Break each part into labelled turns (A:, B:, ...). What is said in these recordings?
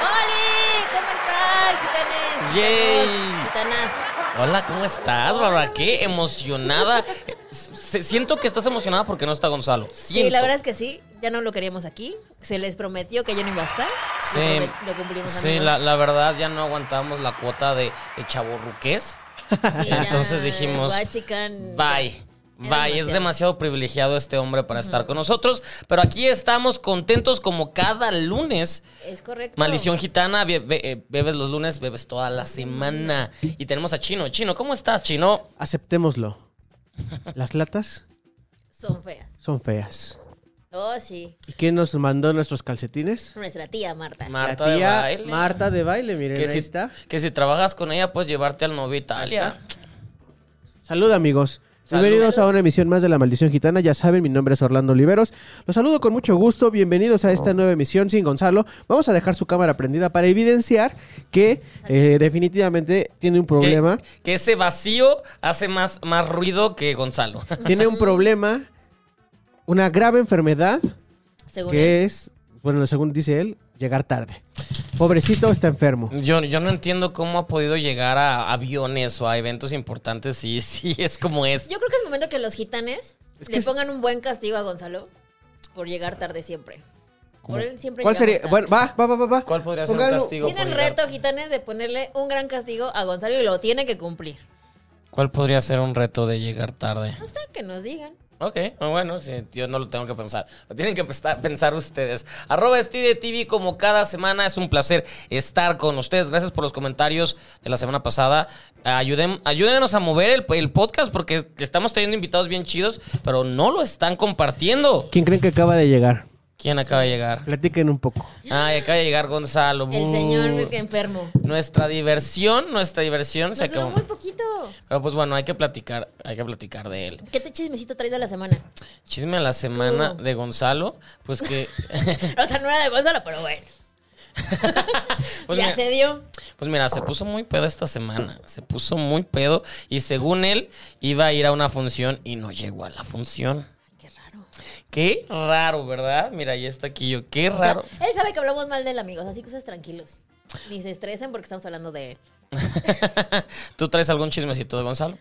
A: ¡Holi! ¿Cómo estás, gitanes?
B: Yay.
A: Gitanos, Gitanas.
B: Hola, ¿cómo estás, Bárbara? Qué emocionada. Eh, se- Siento que estás emocionada porque no está Gonzalo. Siento.
A: Sí, la verdad es que sí, ya no lo queríamos aquí. Se les prometió que yo no iba a estar.
B: Sí.
A: Lo, promet- lo cumplimos
B: Sí,
A: amigos.
B: la, la verdad ya no aguantamos la cuota de, de chavorruqués.
A: Sí, ya,
B: Entonces dijimos,
A: Bye, chican.
B: Bye. Bye,
A: Era
B: es
A: demasiado.
B: demasiado privilegiado este hombre para estar con nosotros, pero aquí estamos contentos como cada lunes.
A: Es correcto.
B: Maldición gitana, be- be- eh, bebes los lunes, bebes toda la semana. Y tenemos a Chino. Chino, ¿cómo estás, Chino?
C: Aceptémoslo. Las latas
A: Son feas.
C: son feas.
A: Oh, sí.
C: ¿Y quién nos mandó nuestros calcetines?
A: Nuestra tía Marta.
B: Marta
C: La
B: de
C: tía
B: baile.
C: Marta de baile, miren,
B: que
C: ahí
B: si,
C: está.
B: que si trabajas con ella, puedes llevarte al novio Italia.
C: Salud, amigos.
B: Salud.
C: Bienvenidos a una emisión más de La Maldición Gitana. Ya saben, mi nombre es Orlando Oliveros. Los saludo con mucho gusto. Bienvenidos a esta nueva emisión sin Gonzalo. Vamos a dejar su cámara prendida para evidenciar que eh, definitivamente tiene un
B: Que-
C: problema.
B: Que, ese vacío hace más, más ruido que Gonzalo.
C: Tiene un problema, una grave enfermedad
A: Según él.
C: que es, bueno, según dice él, llegar tarde. Pobrecito está enfermo.
B: Yo, yo no entiendo cómo ha podido llegar a aviones o a eventos importantes si, si es como es.
A: Yo creo que es momento que los gitanes
C: Es que
A: le
C: es-
A: pongan un buen castigo a Gonzalo por llegar tarde siempre.
B: ¿Cómo?
A: Por él siempre
C: ¿Cuál
A: llegamos
C: sería?
A: tarde.
C: Bueno, va, va, va, va, va.
B: ¿Cuál podría ser un
C: Póngalo-
B: castigo? por
A: Tienen
B: llegar?
A: reto, gitanes, de ponerle un gran castigo a Gonzalo y lo tiene que cumplir.
B: ¿Cuál podría ser un reto de llegar tarde?
A: No sé, que nos digan.
B: Ok, ah, bueno, sí, yo no lo tengo que pensar. Lo tienen que pesta- pensar ustedes. Arroba Steve TV como cada semana. Es un placer estar con ustedes. Gracias por los comentarios de la semana pasada. Ayuden, ayúdenos a mover el, el podcast porque estamos teniendo invitados bien chidos, pero no lo están compartiendo.
C: ¿Quién creen que acaba de llegar?
B: ¿Quién acaba de llegar?
C: Platiquen un poco.
B: Ay, acaba de llegar Gonzalo.
A: El
B: Buh.
A: señor que enfermo.
B: Nuestra diversión, nuestra diversión se
A: Nos duró
B: acabó.
A: muy poquito.
B: Pero pues bueno, hay que platicar, hay que platicar de él.
A: ¿Qué te chismecito traes de la semana?
B: Chisme a la semana
A: Tú.
B: de Gonzalo, pues que
A: O sea, no era de Gonzalo, pero bueno.
B: Pues
A: ya
B: mira.
A: se dio.
B: Pues mira, se puso muy pedo esta semana. Se puso muy pedo y según él iba a ir a una función y no llegó a la función.
A: Qué raro.
B: Qué raro, ¿verdad? Mira, ahí está aquí yo. Qué
A: O sea,
B: raro.
A: él sabe que hablamos mal de él, amigos, así que ustedes tranquilos. Ni se estresen porque estamos hablando de él.
B: ¿Tú traes algún chismecito de Gonzalo?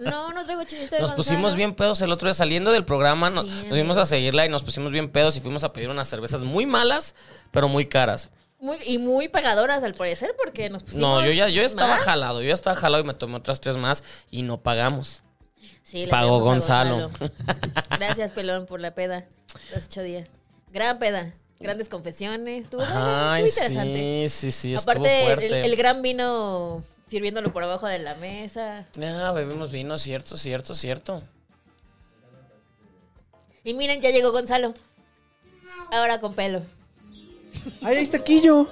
A: No, no traigo chismecito de
B: Nos
A: Gonzalo.
B: pusimos bien pedos el otro día saliendo del programa. no-
A: Sí,
B: nos
A: amigo.
B: fuimos a seguirla y nos pusimos bien pedos y fuimos a pedir unas cervezas muy malas, pero muy caras.
A: Muy- y muy pagadoras al parecer porque nos pusimos.
B: no, yo ya, yo ya estaba
A: mal.
B: jalado. Yo ya estaba jalado y me tomé otras tres más y no pagamos.
A: Sí, le
B: Pagó
A: debemos a
B: Gonzalo.
A: Gracias, pelón, por la peda. Los ocho días. Gran peda. Grandes confesiones. Estuvo,
B: Ay,
A: estuvo interesante.
B: sí, sí, sí. estuvo
A: Aparte, el,
B: fuerte.
A: el gran vino sirviéndolo por abajo de la mesa.
B: Ah, bebimos vino, cierto, cierto, cierto.
A: Y miren, ya llegó Gonzalo. Ahora con pelo.
C: Ay, ahí está Quillo.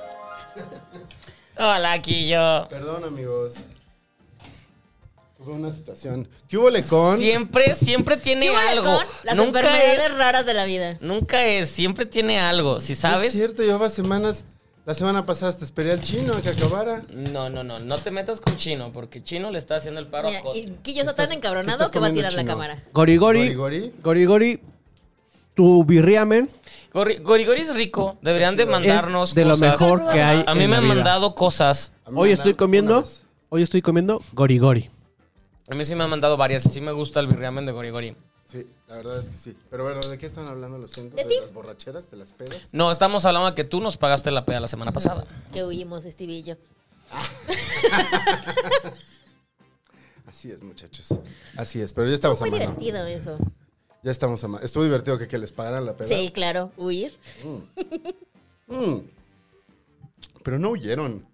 B: Hola, Quillo.
D: Perdón, amigos. Tuve una situación. ¿Qué hubo con?
B: Siempre, siempre tiene
A: ¿Qué hubo
B: algo.
A: con las
B: nunca
A: enfermedades
B: es,
A: raras de la vida.
B: nunca es, siempre tiene algo, si
D: Es
B: sabes.
D: cierto, llevaba semanas. La semana pasada te esperé al chino a que acabara.
B: No, no, no, no te metas con Chino, porque Chino le está haciendo el paro
A: Mira,
B: a Cot.
A: y Guillo está tan
D: Estás-
A: encabronado
D: estás
A: que va a
D: comiendo
A: tirar la
D: chino.
A: cámara.
C: Gorigori.
D: Gorigori.
C: Gorigori. Tu birriamen
B: Gorri- Gorigori es rico, deberían de mandarnos
C: es de lo
B: cosas.
C: mejor que hay.
B: A mí
C: en
B: me
C: la
B: han
C: vida.
B: mandado cosas.
D: A mí me
C: Hoy
D: han
C: estoy
D: dado una
C: comiendo.
D: vez.
C: Hoy estoy comiendo gorigori.
B: A mí sí me han mandado varias, sí me gusta el birriamen de Gorigori.
D: Sí, la verdad es que sí. Pero bueno, ¿de qué están hablando los cientos?
A: ¿De
D: ¿De,
A: ti?
D: las borracheras? ¿De las pedas?
B: No, estamos hablando de que tú nos pagaste la peda la semana pasada.
A: Que huimos, Stevie y yo.
D: Así es, muchachos. Así es, pero ya estamos
A: Muy
D: a mano.
A: divertido eso.
D: Ya estamos a mano. Estuvo divertido que, que les pagaran la peda.
A: Sí, claro, huir.
D: Mm. Pero no huyeron.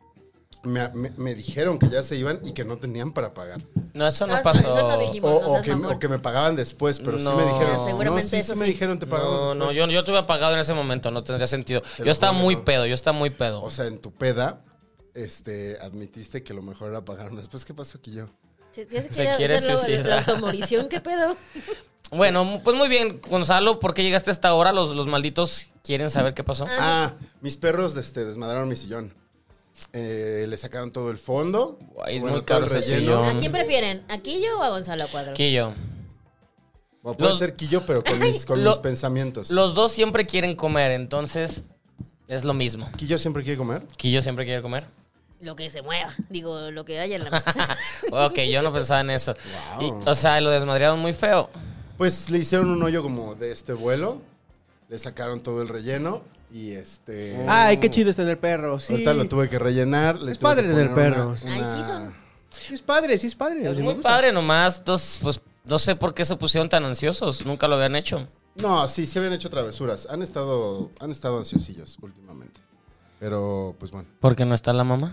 D: Me, me- me dijeron que ya se iban y que no tenían para pagar.
B: No, eso no
A: Ah,
B: pasó.
A: Eso no dijimos,
D: O,
A: no
D: o
A: seas
D: que,
A: mamón.
D: o que me pagaban después, pero sí
B: No.
D: me dijeron.
B: Ah,
D: no,
A: seguramente
D: sí,
A: eso
D: sí me
A: sí.
D: dijeron te pagamos
B: No, no,
D: después.
B: yo, yo te hubiera pagado en ese momento, no tendría sentido.
D: lo
B: Yo estaba
D: juro que
B: muy
D: no.
B: pedo, yo estaba muy pedo.
D: O sea, en tu peda, este, admitiste que lo mejor era pagarme. Después, ¿qué pasó que yo?
A: Si- si has
B: Se
A: querido
B: quiere
A: hacer la-
B: suicidar.
A: la automorición, ¿qué pedo?
B: bueno, pues muy bien, Gonzalo, ¿por qué llegaste hasta ahora? Los, los malditos quieren saber qué pasó.
D: Ah, mis perros este, desmadraron mi sillón. Eh, le sacaron todo el fondo.
B: Ay, es
D: Bueno,
B: muy caro
D: todo el
B: ese
D: relleno.
B: sillón.
A: ¿A quién prefieren? ¿A Quillo o a Gonzalo Cuadro?
B: Quillo.
D: Bueno, puede
B: Los-
D: ser quillo, pero con mis, con
B: Lo-
D: mis pensamientos.
B: Los dos siempre quieren comer, entonces es lo mismo.
D: ¿Quillo siempre quiere comer?
B: Quillo siempre quiere comer.
A: Lo que se mueva. Digo, lo que haya en la mesa.
B: ok, yo no pensaba en eso. Y,
D: Wow.
B: o sea, lo desmadrearon muy feo.
D: Pues le hicieron un hoyo como de este vuelo. Le sacaron todo el relleno y este.
C: Ay, qué chido es tener perro. Sí.
D: Ahorita lo tuve que rellenar. le
C: Es
D: tuve que
C: padre tener
D: poner
C: perros.
A: Ay, sí son.
C: Sí es padre, sí es padre.
B: Es
C: sí me
B: muy
C: gusta.
B: padre nomás. Entonces, pues no sé por qué se pusieron tan ansiosos. Nunca lo habían hecho.
D: No, sí, se habían hecho travesuras. Han estado, han estado ansiosillos últimamente. Pero, pues bueno.
B: ¿Por qué no está la mamá?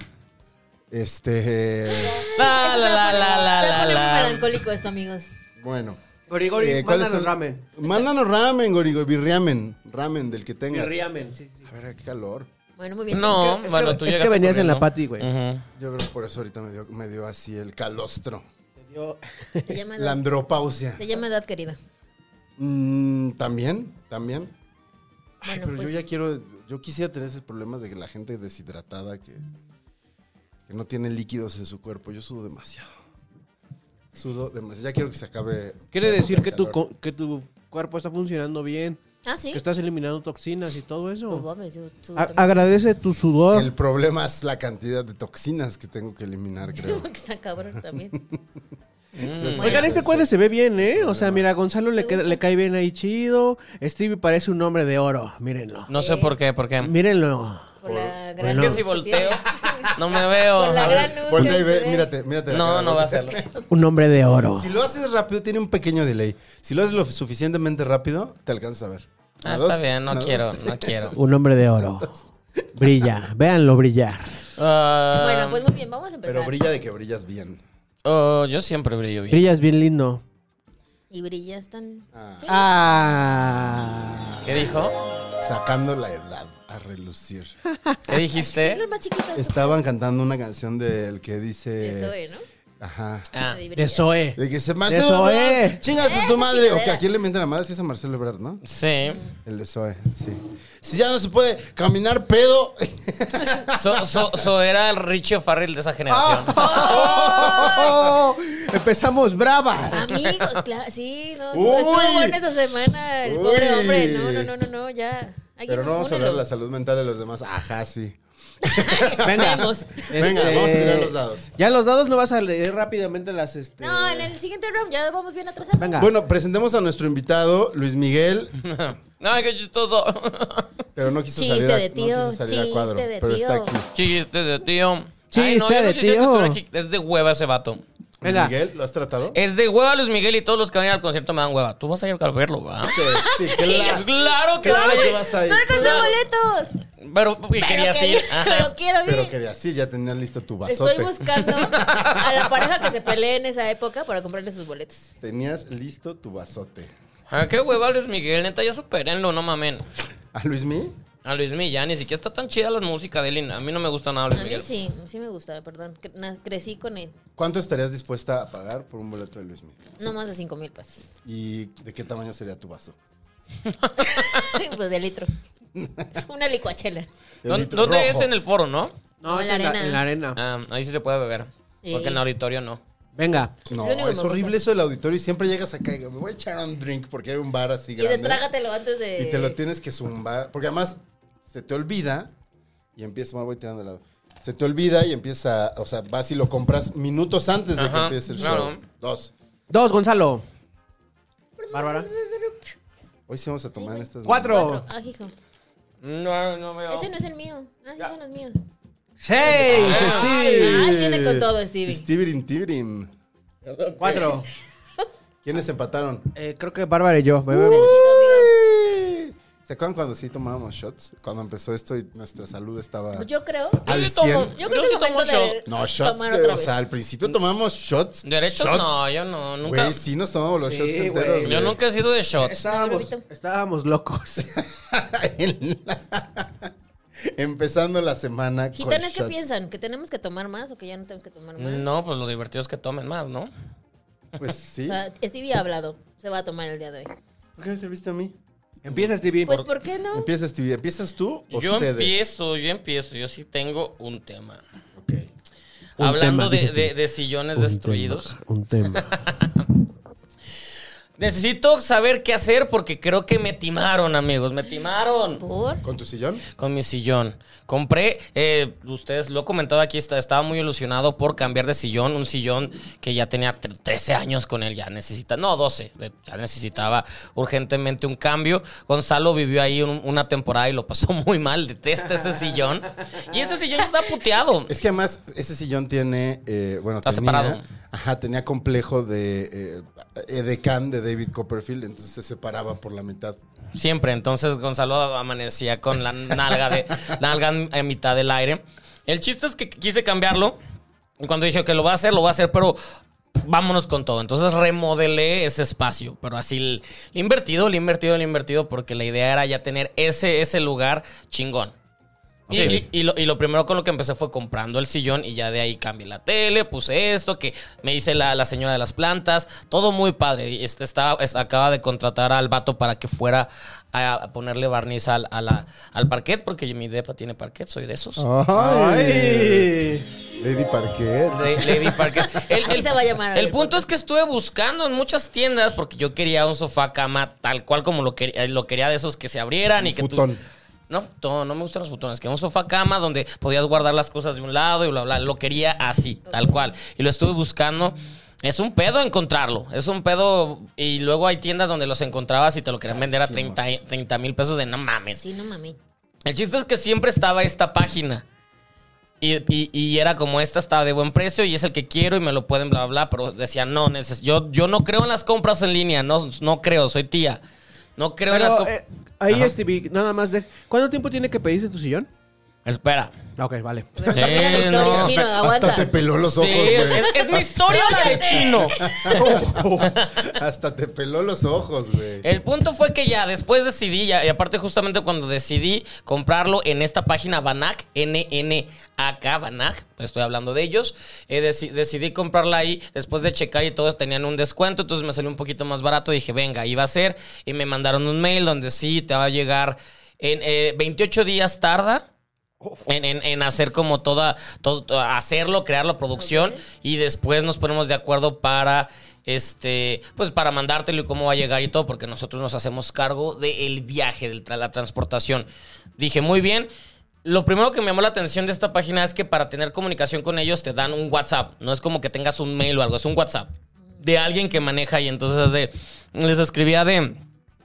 D: Este.
B: La,
A: Eso
B: Ah, la,
A: se va a
B: la,
A: poner-
B: la, la,
A: Se va a
B: la,
A: poner muy
B: la.
A: melancólico esto, amigos.
D: Bueno.
C: Gorigori,
D: Eh, ¿cuáles
C: mándanos
D: son-
C: ramen.
D: Mándanos ramen, Gorigo, birriamen. Ramen del que tengas.
C: Ramen, sí, sí.
D: A ver, qué calor.
A: Bueno, muy bien.
B: No,
C: Es que- es
B: bueno,
C: que-
B: tú
C: es que
B: llegaste
C: venías en la
B: corriendo.
C: pati, güey.
B: Ujú.
D: Yo creo que por eso ahorita me dio, me dio así el calostro.
C: Yo-
A: Se llama
D: La
A: edad,
D: andropausia.
A: se llama edad querida.
D: Mm, también, también. Ay,
A: Bueno,
D: pero
A: pues,
D: yo ya quiero, yo quisiera tener esos problemas de que la gente deshidratada que, que no tiene líquidos en su cuerpo. Yo sudo demasiado. Sudo demasiado. Ya quiero que se acabe.
C: Quiere
D: la
C: decir
D: época
C: que
D: de
C: tu,
D: calor.
C: co- que tu cuerpo está funcionando bien,
A: Ah, sí.
C: que estás eliminando toxinas y todo
A: Pues,
C: eso.
A: mames, yo- tú
D: Ah,
C: A-
A: también.
C: agradece tu sudor.
D: El problema es la cantidad de toxinas que tengo que eliminar, creo.
A: Porque está cabrón también.
B: Mm.
C: Oigan, este cuadro se ve bien, ¿eh? O sea, mira, Gonzalo le,
A: Me
C: queda-
A: gusta.
C: le cae bien ahí chido. Stevie parece un hombre de oro, mírenlo.
B: No sé por qué, por qué.
C: Mírenlo.
A: Por la gran
B: Es que si volteo, no me veo.
A: Por la
B: A ver,
A: gran ¿eh? luz. que
D: Voltea
A: hay
D: y
A: que
D: ve,
A: ver.
D: mírate, mírate. la
B: No,
D: cara,
B: no va a
D: voltea.
B: hacerlo. Ah,
C: Un hombre de oro.
D: Si lo haces rápido, tiene un pequeño delay. Si lo haces lo suficientemente rápido, te alcanzas a ver.
B: Ah,
D: Una,
B: está
D: dos,
B: bien, no
D: una, dos,
B: quiero,
D: tres.
B: no quiero.
C: Un hombre de oro. Brilla, véanlo brillar.
B: Ah,
A: Bueno, pues muy bien, vamos a empezar.
D: Pero brilla de que brillas bien.
B: oh, yo siempre brillo bien.
C: Brillas bien lindo.
A: Y brillas tan.
D: Ah,
C: Ah.
B: ¿Qué dijo?
D: sacando la edad a relucir.
B: ¿Qué
A: Son
B: dijiste?
A: las más chiquitas.
D: Estaban cantando una canción del que
A: Eso
D: dice.
A: es, ¿no?
D: Ajá.
B: Ah,
A: Y brillas.
C: Eso es.
D: De que se Marcelo
C: Eso
D: Ebrard,
C: es.
D: Chingas a
A: Esa
D: tu madre. O que
A: chingadera.
D: a quién le mienten la madre si es a Marcelo Ebrard, ¿no?
B: sí.
D: El de Zoe, sí. Si ya no se puede caminar pedo.
B: So, so- so era el Richie O'Farrell de esa generación.
C: ¡Oh! Empezamos bravas.
A: Amigos, claro, sí, no, estuvo, estuvo
D: Uy.
A: buena esta semana el pobre
D: Uy.
A: hombre. No, no, no, no, no, ya. Alguien
D: Pero no vamos a hablar
A: fúnelo.
D: de la salud mental de los demás. Ajá, sí.
C: Venga.
A: Vemos.
D: Venga, Este, vamos a tirar los dados.
C: Este, Ya los dados no vas a leer rápidamente las. Este...
A: No, en el siguiente round ya vamos bien atrasados.
C: Venga.
D: Bueno, presentemos a nuestro invitado, Luis Miguel,
B: No, qué chistoso.
D: pero no quiso
A: Chiste
D: salir, a,
A: de
D: no
A: tío,
D: quiso salir a
A: chiste
D: cuadro.
A: de
D: pero está
A: tío.
D: aquí.
B: Chiste de oh? tío.
C: Chiste de
B: yo
C: oh?
B: quisiera que
C: tío.
B: estuviera aquí. Es de hueva ese vato.
D: Luis
C: Venga.
D: Miguel, ¿lo has tratado?
B: Es de hueva Luis Miguel y todos los que van a ir al concierto me dan hueva. Tú vas a ir a verlo, ¿va?
D: Sí, sí,
B: Claro,
D: Pues
B: claro,
D: claro. Claro que vas a ir.
A: ¡No alcancé boletos!
B: Pero, y
A: Pero
B: querías ir.
A: quería-
B: Ajá.
A: Pero quiero ir.
D: Pero quería, sí, ya tenía listo tu vasote.
A: Estoy buscando a la pareja que se pelee en esa época para comprarle sus boletos.
D: Tenías listo tu vasote.
B: Ah, qué hueva Luis Miguel, neta, ya supérenlo, no mamen.
D: ¿A Luis Miguel?
B: A Luis Miguel ya ni siquiera está tan chida la música de él. A mí no me gusta nada Luis
A: A mí
B: Miguel.
A: sí, sí me gusta, perdón. Cre- na- Crecí con él.
D: ¿Cuánto estarías dispuesta a pagar por un boleto de Luis Miguel?
A: No más de 5 mil pesos.
D: ¿Y de qué tamaño sería tu vaso?
A: pues de litro. Una licuachela.
D: De
B: ¿Dó-
D: litro
B: ¿Dónde
D: rojo.
B: es en el foro, no?
C: No,
A: No,
C: es
A: en
C: en
A: la
C: la,
A: arena.
C: en la arena.
B: Ah, ahí sí se puede beber. Porque en el auditorio no.
C: Venga.
D: No,
A: Lo único que
D: es
A: me
D: horrible
A: gusta.
D: eso del auditorio y siempre llegas acá y digo, me voy a echar un drink porque hay un bar así
A: Y
D: grande.
A: de trágatelo antes de.
D: Y te lo tienes que zumbar. Porque además se te olvida y empieza, me voy tirando al lado. Se te olvida y empieza, o sea, vas y lo compras minutos antes de que
B: Ajá,
D: empiece el
B: claro.
D: show. Dos.
C: Dos, Gonzalo.
A: Pues
C: Bárbara.
D: Hoy sí vamos a tomar en estas.
C: Cuatro.
A: Ah, hijo.
B: No, no veo.
A: Ese no es el mío. Ah, sí son los míos.
C: Seis,
D: Ah.
C: Steve.
A: Ay, viene con todo, Stevie.
D: Steven Tibirin.
C: Cuatro.
D: ¿Quiénes empataron?
C: Eh, creo que Bárbara y yo. bebemos.
A: Uh.
D: ¿Se acuerdan cuando sí tomábamos shots? Cuando empezó esto y nuestra salud estaba.
A: Pues Yo creo.
D: al
B: Yo tomo-
D: 100.
A: Yo creo
B: Yo
A: que
B: sí
A: es momento
B: tomo
A: de
D: No, shots.
A: tomar
D: güey,
A: otra
D: o
A: vez.
D: sea, al principio tomamos shots.
B: ¿Derechos?
D: shots.
B: No, yo no, nunca.
D: Güey, sí nos tomábamos los
C: Sí,
D: shots
C: güey.
D: enteros.
C: Yo
B: yo
D: güey.
B: nunca he sido de shots.
C: Estábamos,
A: Barbito.
C: estábamos locos.
D: Empezando la semana. con
A: Gitanes, ¿qué
D: shots.
A: piensan? ¿Que tenemos que tomar más o que ya no tenemos que tomar más?
B: No, pues lo divertido es que tomen más, ¿no?
D: Pues
A: O
D: sí.
A: sea, Stevie ha hablado. Se va a tomar el día de hoy.
D: ¿Por qué me serviste a mí?
C: Empieza Stevie.
A: Pues, ¿por qué no?
D: ¿Empiezas, Stevie? ¿Empiezas tú o
B: Yo
D: cedes?
B: empiezo, yo empiezo. Yo sí tengo un tema.
D: Ok.
C: Un
B: Hablando
C: tema,
B: de,
C: dices tú.
B: de- de sillones destruidos.
C: Un tema.
B: Necesito saber qué hacer porque creo que me timaron, amigos. Me timaron.
A: ¿Por?
D: ¿Con tu sillón?
B: Con mi sillón. Compré, eh, ustedes lo he comentado aquí, está- estaba muy ilusionado por cambiar de sillón. Un sillón que ya tenía tre- 13 años con él, ya necesita, no, 12, de- ya necesitaba urgentemente un cambio. Gonzalo vivió ahí un- una temporada y lo pasó muy mal. Detesta ese sillón. Y ese sillón está puteado.
D: Es que además ese sillón tiene, eh, bueno,
B: Está
D: tenía-
B: separado.
D: Ajá, tenía complejo de eh, edecán de David Copperfield, entonces se separaba por la mitad.
B: Siempre. Entonces Gonzalo amanecía con la nalga de nalga en en mitad del aire. El chiste es que quise cambiarlo. Y cuando dije que lo voy a hacer, lo voy a hacer, pero vámonos con todo. Entonces remodelé ese espacio. Pero así el invertido, el invertido, el invertido, porque la idea era ya tener ese, ese lugar chingón. Y,
D: Ok.
B: y- y lo, y lo primero con lo que empecé fue comprando el sillón y ya de ahí cambié la tele, puse esto, que me hice la, la señora de las plantas, todo muy padre. Y Este está, es- acaba de contratar al vato para que fuera a, a ponerle barniz al, a la- al parquet, porque mi depa tiene parquet, soy de esos.
A: Oh.
C: ¡Ay!
D: Lady Parquet.
B: Le- Lady Parker. El,
A: Así
B: el-
A: se va a llamar
B: el
A: el
B: punto
A: podcast.
B: es que estuve buscando en muchas tiendas porque yo quería un sofá cama tal cual como lo, quer- eh, lo quería de esos que se abrieran y que tú-
D: Futón.
B: No, futón, no me gustan los futones. Que un sofá cama donde podías guardar las cosas de un lado y bla, bla. Lo quería así, tal cual. Y lo estuve buscando. Es un pedo encontrarlo. Es un pedo. Y luego hay tiendas donde los encontrabas y te lo querían vender a
D: Carísimos.
B: 30 mil pesos de no mames.
A: Sí, no mami.
B: El chiste es que siempre estaba esta página. Y, y- y era como esta estaba de buen precio y es el que quiero y me lo pueden bla bla, bla, pero decía no, neces- yo, yo no creo en las compras en línea, no, no creo, soy tía. No creo en las
C: Pero,
B: compras.
C: eh, ahí,
B: Ajá.
C: Stevie, nada más de. ¿Cuánto tiempo tiene que pedirse tu sillón?
B: Espera.
C: Ok, vale.
A: Pero termina la historia,
B: Eh, no,
A: chino,
D: Hasta
A: aguanta.
D: te peló los
B: Sí,
D: ojos, güey.
B: es, es mi historia la de chino.
D: Hasta te peló los ojos, güey.
B: El punto fue que ya después decidí, ya- y aparte justamente cuando decidí comprarlo en esta página Banac, NNAK Banac, pues estoy hablando de ellos, eh, deci- decidí comprarla ahí después de checar y todos tenían un descuento, entonces me salió un poquito más barato, dije, venga, iba a ser, y me mandaron un mail donde sí, te va a llegar en eh, 28 días tarda. En, en- en hacer como toda, todo, todo- hacerlo, crearlo, producción, y después nos ponemos de acuerdo para, este, pues para mandártelo y cómo va a llegar y todo, porque nosotros nos hacemos cargo del viaje, de la transportación. Dije, muy bien. Lo primero que me llamó la atención de esta página es que para tener comunicación con ellos te dan un WhatsApp. No es como que tengas un mail o algo, es un WhatsApp de alguien que maneja y entonces es de, les escribía de...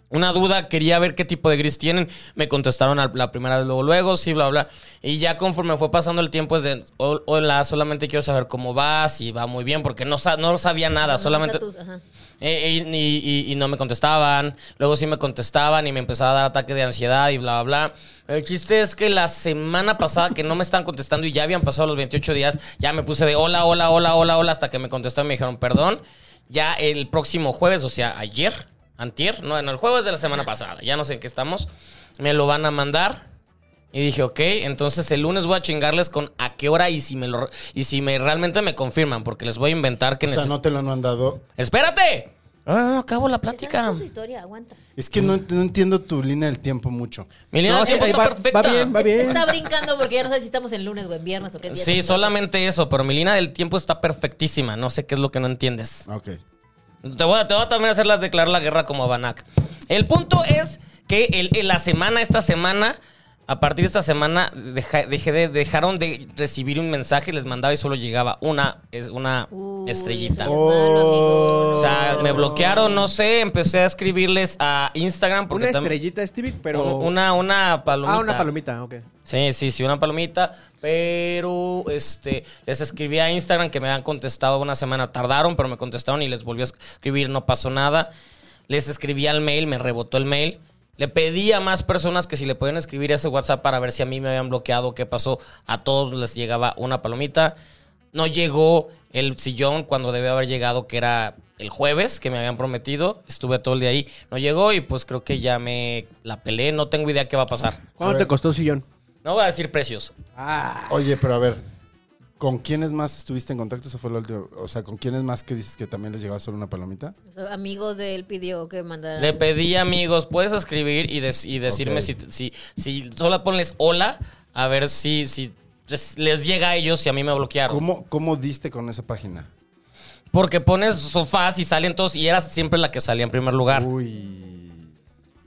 B: Una duda, quería ver qué tipo de gris tienen. Me contestaron al- la primera vez, luego, luego, sí, bla, bla. Y ya conforme fue pasando el tiempo, es de, "Hol- hola, solamente quiero saber cómo va, si va muy bien, porque no, sa- no sabía nada, Ah, solamente...
A: Tus- ajá.
B: Eh, eh, y, y- y no me contestaban. Luego sí me contestaban y me empezaba a dar ataque de ansiedad y bla, bla, bla. El chiste es que la semana pasada que no me están contestando y ya habían pasado los 28 días, ya me puse de hola, hola, hola, hola, hola, hasta que me contestaron y me dijeron perdón. Ya el próximo jueves, o sea, ayer, antier, no, en el jueves de la semana pasada, ya no sé en qué estamos, me lo van a mandar. Y dije, ok, entonces el lunes voy a chingarles con a qué hora y si me lo, y si me realmente me confirman, porque les voy a inventar que
D: O sea,
B: neces-
D: no te lo han mandado.
B: ¡Espérate! No, no, no, acabo la
A: Estás
B: plática.
A: con tu historia, aguanta.
D: Es que no,
B: Mm.
D: ent- no entiendo tu línea del tiempo mucho.
B: Mi línea
C: No,
B: de tiempo
C: sí,
B: está
C: va-
B: perfecta.
C: va bien, va bien.
A: Está brincando porque ya no sé si estamos en lunes o en viernes o qué día.
B: Sí, solamente eso, pero mi línea del tiempo está perfectísima. No sé qué es lo que no entiendes.
D: Ok.
B: Te voy a, te voy a también hacer la- declarar la guerra como Banac. El punto es que el- en la semana, esta semana, A partir de esta semana deja- dejé de- dejaron de recibir un mensaje, les mandaba y solo llegaba una, es una
A: Uy,
B: estrellita. Oh,
A: eso no es malo, amigo.
B: O sea,
A: No,
B: me
A: no,
B: bloquearon,
A: sí.
B: no sé, empecé a escribirles a Instagram porque
C: Una
B: tam-
C: estrellita, Stevie, pero.
B: una una palomita.
C: Ah, una palomita, ok.
B: Sí, sí, sí, una palomita, pero este les escribí a Instagram que me han contestado una semana, tardaron, pero me contestaron y les volví a escribir, no pasó nada. Les escribí al mail, me rebotó el mail. Le pedí a más personas que si le podían escribir ese WhatsApp para ver si a mí me habían bloqueado, qué pasó. A todos les llegaba una palomita. No llegó el sillón cuando debe haber llegado, que era el jueves, que me habían prometido. Estuve todo el día ahí. No llegó y pues creo que ya me la pelé. No tengo idea qué va a pasar.
C: ¿Cuánto te costó un sillón?
B: No voy a decir precios.
D: Oye, pero a ver, ¿con quiénes más estuviste en contacto? Esa fue la última. O sea, ¿con quiénes más que dices que también les llegaba solo una palomita?
A: O sea, amigos de él pidió que mandaran.
B: Le pedí amigos, puedes escribir y, des- y decirme
D: Ok.
B: si, si, si solo ponles hola, a ver si, si les, les llega a ellos y a mí me bloquearon.
D: ¿Cómo, cómo diste con esa página?
B: Porque pones sofás y salen todos y eras siempre la que salía en primer lugar.
D: Uy.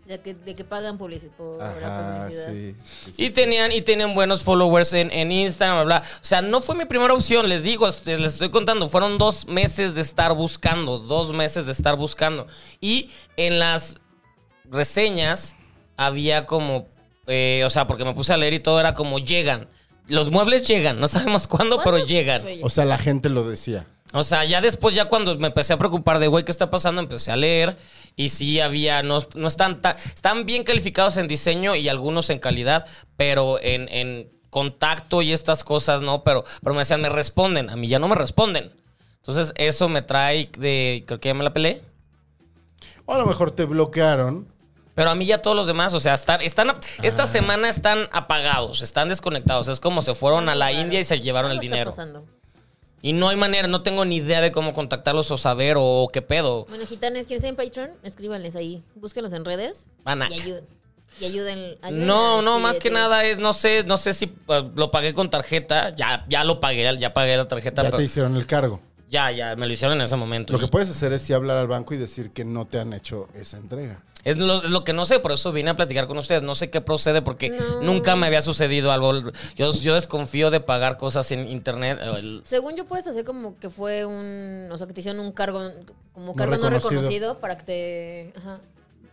A: De que, de que pagan publici- por la
D: Ajá,
A: publicidad.
D: sí. sí, sí,
B: Y
D: sí.
B: tenían, y tenían buenos followers en, en Instagram, bla, bla. O sea, no fue mi primera opción, les digo, este, les estoy contando. Fueron dos meses de estar buscando, dos meses de estar buscando. Y en las reseñas había como, eh, o sea, porque me puse a leer y todo era como llegan. Los muebles llegan, no sabemos cuándo, pero
A: ¿Cuándo?
B: llegan.
A: Pero
D: O sea, la gente lo decía.
B: O sea, ya después, ya cuando me empecé a preocupar de, güey, ¿qué está pasando? Empecé a leer y sí había, no, no están, tan, están bien calificados en diseño y algunos en calidad, pero en, en contacto y estas cosas, ¿no? Pero, pero me decían, me responden, a mí ya no me responden. Entonces, eso me trae de, creo que ya me la peleé.
D: O a lo mejor te bloquearon.
B: Pero a mí ya todos los demás, o sea, están, están
A: Ah.
B: esta semana están apagados, están desconectados. Es como se fueron a la India y se llevaron el
A: ¿Cómo está
B: dinero.
A: pasando?
B: Y no hay manera, no tengo ni idea de cómo contactarlos o saber o qué pedo.
A: Bueno, gitanes, ¿quieren ser en Patreon? Escríbanles ahí. Búsquenlos en redes.
B: Van a-
A: Y ayuden. Y ayuden, ayuden a
B: Ah, No,
A: este
B: no,
A: Stevie
B: más
A: de
B: que
A: tener-
B: nada es, no sé, no sé si eh, lo pagué con tarjeta, ya, ya lo pagué, ya pagué la tarjeta,
D: Ya
B: pero
D: te hicieron el cargo.
B: ya, ya, me lo hicieron en ese momento.
D: Lo que
B: Y
D: puedes hacer es sí hablar al banco y decir que no te han hecho esa entrega.
B: es, lo, es lo que no sé, por eso vine a platicar con ustedes, no sé qué procede porque nunca me había sucedido algo, yo, yo desconfío de pagar cosas en internet, eh, el-
A: Según yo puedes hacer como que fue un, o sea, que te hicieron un cargo, como cargo no
D: reconocido.
A: reconocido, para que te, ajá.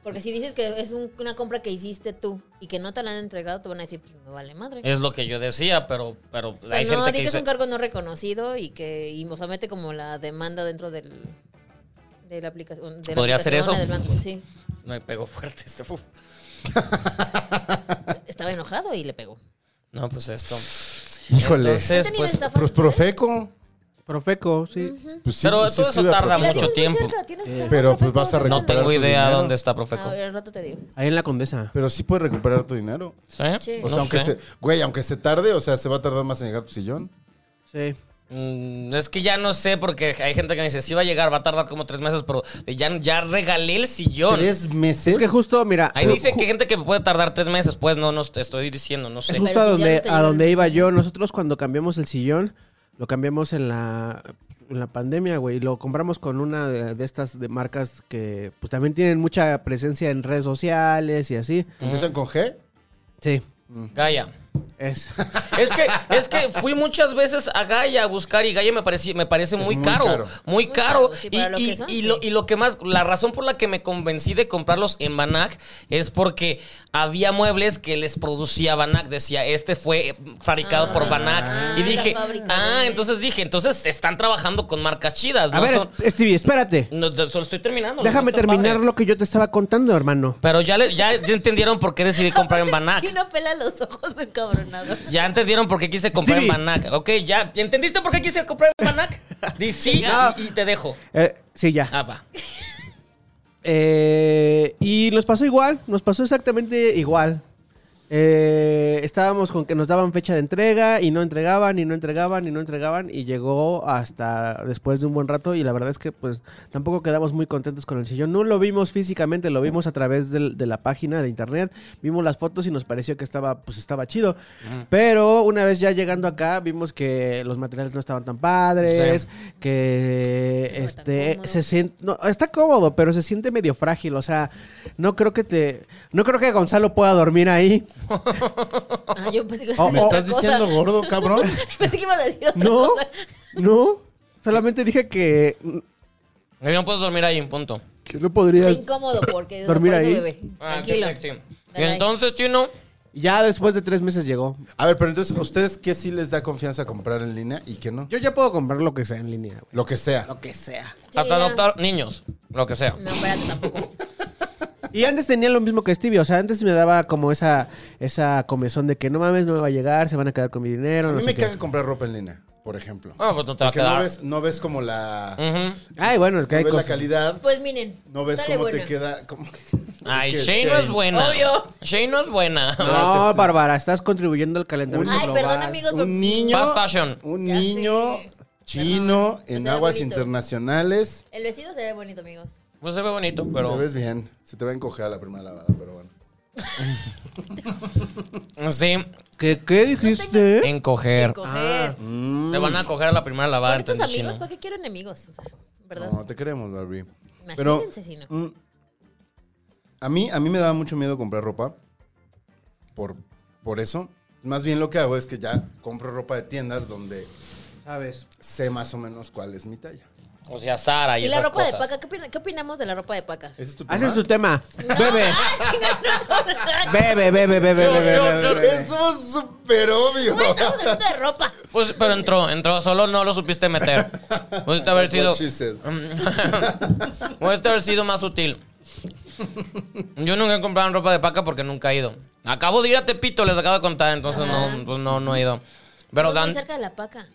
A: Porque si dices que es un- una compra que hiciste tú y que no te la han entregado, te van a decir, "Pues, me vale madre.
B: es lo que yo decía, pero, pero
A: o sea,
B: Eh, hay
A: no, di
B: gente que
A: que es
B: dice,
A: un cargo no reconocido y que, y o sea, mete como la demanda dentro del, de la aplicación. de la
B: ¿Podría hacer
A: aplicación
B: eso?
A: del banco, sí.
B: me pegó fuerte este, uf.
A: Estaba enojado y le pegó.
B: no, pues esto,
D: Híjole.
A: ¿Han
B: entonces,
A: tenido
B: pues,
A: estafas
D: Pro-
A: ustedes?
D: Profeco.
C: Profeco, sí.
D: Pues sí,
B: Pero
D: pues sí
B: todo eso
D: escribe a
B: tarda
D: Profeco.
B: mucho
A: Tienes muy
B: tiempo.
A: cerca, tienes- tienes
D: Pero,
A: perfecto,
D: pues, vas a
A: cerca.
B: no tengo
D: tu
B: idea
D: dinero.
B: dónde está
A: A
B: Profeco.
A: ver, al rato te digo.
C: Ahí en la condesa.
D: Pero sí puedes recuperar tu dinero.
B: ¿Sí?
A: Sí.
D: O sea,
B: No
D: aunque
B: sé.
D: se, güey, aunque se tarde, o sea, se va a tardar más en llegar tu sillón.
C: Sí.
B: Mm, es que ya no sé, porque hay gente que me dice, sí va a llegar, va a tardar como tres meses, pero ya, ya regalé el sillón.
D: Tres meses.
C: Es que justo, mira.
B: Ahí
C: ju-
B: dice que hay gente que puede tardar tres meses, pues no, no te estoy diciendo, no sé.
C: Es justo
A: Pero
C: a
A: si ya
C: donde,
A: no te
C: a donde
A: llegan.
C: iba yo. Nosotros cuando cambiamos el sillón, lo cambiamos en la, en la pandemia, güey. y Lo compramos con una de, de estas de marcas que pues, también tienen mucha presencia en redes sociales y así.
D: ¿Empiezan con G?
C: Sí,
B: Gaia.
C: es.
B: Es que, es que fui muchas veces a Gaia a buscar y Gaia me, parece me parece
D: Es
B: muy,
D: muy
B: caro,
D: caro.
B: Muy
A: Muy
B: caro.
A: caro, sí,
B: y,
A: para lo
B: y-
A: que son,
B: y lo,
A: sí.
B: y lo que más, la razón por la que me convencí de comprarlos en Banac es porque había muebles que les producía Banac. Decía, este fue fabricado
A: Ah,
B: por Banac. y
A: la
B: dije,
A: fábrica
B: ah,
A: de-
B: entonces dije, entonces están trabajando con marcas chidas.
C: A
B: Pues
C: ver,
B: ¿no? Son-
C: es- Stevie, espérate.
B: no, te- solo estoy terminando.
C: Déjame
B: no está
C: terminar
B: padre.
C: lo que yo te estaba contando, hermano.
B: Pero ya, le- ya entendieron por qué decidí comprar en Banac.
A: Chino pela los ojos, encabronado.
B: Ya entendieron por qué quise comprar en
C: Stevie.
B: Banac. Ok, ya. ¿Entendiste por qué quise comprar en Banac? Di sí
A: No.
B: y, y te dejo.
C: Eh, sí, ya.
B: Ah, va.
C: Eh, y nos pasó igual, nos pasó exactamente igual. Eh, estábamos con que nos daban fecha de entrega y no entregaban y no entregaban y no entregaban y llegó hasta después de un buen rato y la verdad es que pues tampoco quedamos muy contentos con el sillón. No lo vimos físicamente, lo vimos a través del- de, la página de internet, vimos las fotos y nos pareció que estaba pues estaba chido. Pero una vez ya llegando acá vimos que los materiales no estaban tan padres, que
A: No estaba tan
C: este
A: cómodo.
C: se siente no, está cómodo, pero se siente medio frágil, o sea, no creo que te no creo que Gonzalo pueda dormir ahí.
A: Ah, yo pensé que ibas a
C: Oh,
A: decir
C: oh.
A: otra
E: ¿Estás diciendo
A: cosa.
E: gordo, cabrón?
A: Pensé que ibas a decir otra
C: No,
A: cosa.
C: no. Solamente dije que mm,
B: Yo no puedes dormir ahí, en punto.
D: Que no
A: Qué
D: podrías.
A: incómodo porque es
C: Dormir
A: por eso,
C: ahí.
A: bebé.
B: Ah,
A: Tranquilo.
B: sí, sí. Y
A: Dale ahí.
B: entonces, chino,
C: ya después de tres meses llegó.
D: A ver, pero entonces, ¿a ustedes qué sí les da confianza comprar en línea y qué no?
C: Yo ya puedo comprar lo que sea en línea, güey.
D: Lo que sea.
C: Lo que sea.
A: Sí,
B: hasta
A: ya.
B: adoptar niños, lo que sea.
A: No, espérate, tampoco.
C: Y antes tenía lo mismo que Stevie, o sea, antes me daba como esa, esa comezón de que no mames, no me va a llegar, se van a quedar con mi dinero,
D: A
C: no
D: mí
C: sé
D: me
C: qué.
D: caga comprar ropa en línea, por ejemplo.
B: Ah, pues no te va a
D: Porque no
B: quedar.
D: ves, no ves como la.
B: Ujú.
C: Ay, bueno, es que
D: no
C: hay
D: ves la
C: cosas.
D: calidad,
A: Pues miren.
D: no ves
A: dale
D: cómo
A: buena.
D: te queda. Como...
B: Ay,
D: que
B: Shane no es buena.
A: Obvio.
B: Shane no es buena.
C: No,
D: este-
C: Bárbara, estás contribuyendo al calentamiento
A: Ay,
C: global.
A: perdón, amigos. por-
D: Un niño.
B: Fast fashion.
D: Un
A: Ya
D: niño
A: sé. Perdón.
D: chino
A: Se
D: en
A: ve
D: aguas
A: bonito.
D: internacionales.
A: El vestido se ve bonito, amigos.
B: Pues se ve bonito,
D: Te
B: pero.
D: ves bien. Se te va a encoger a la primera lavada, pero bueno.
B: Sí,
C: ¿Qué, qué dijiste? ¿Eh?
B: encoger. Ah,
A: Coger.
B: Te van a coger la primera lavada
A: ¿Por
B: antes
A: estos
B: del
A: amigos?
B: chino.
A: ¿Para qué quiero enemigos? O sea, ¿verdad?
D: No, te queremos, Barbie. Pero
A: Imagínense si no.
D: mm, a mí, a mí me daba mucho miedo comprar ropa por, por eso. Más bien lo que hago es que ya compro ropa de tiendas donde
C: Sabes.
D: sé más o menos cuál es mi talla.
B: O sea, Sara y,
A: pues. ¿Y la
B: esas
A: ropa de
B: cosas.
A: paca? ¿Qué, opina- qué opinamos de la ropa de paca?
D: Ese es tu tema.
C: Haces tu tema. Bebe,
A: ¡Ah, chingada!
C: bebe, bebe, bebe, bebe, bebe, bebe.
D: Estuvo súper obvio.
A: Güey, estamos hablando de ropa.
B: Pues, pero entró, entró. Solo no lo supiste meter. Pudiste haber sido. Mm.
D: What she said.
B: Pudiste haber sido más sutil. Yo nunca he comprado ropa de paca porque nunca he ido. Acabo de ir a Tepito, les acabo de contar, entonces no, pues no, no he ido. Pero,
A: Estamos
B: Dan-
A: muy cerca de la paca.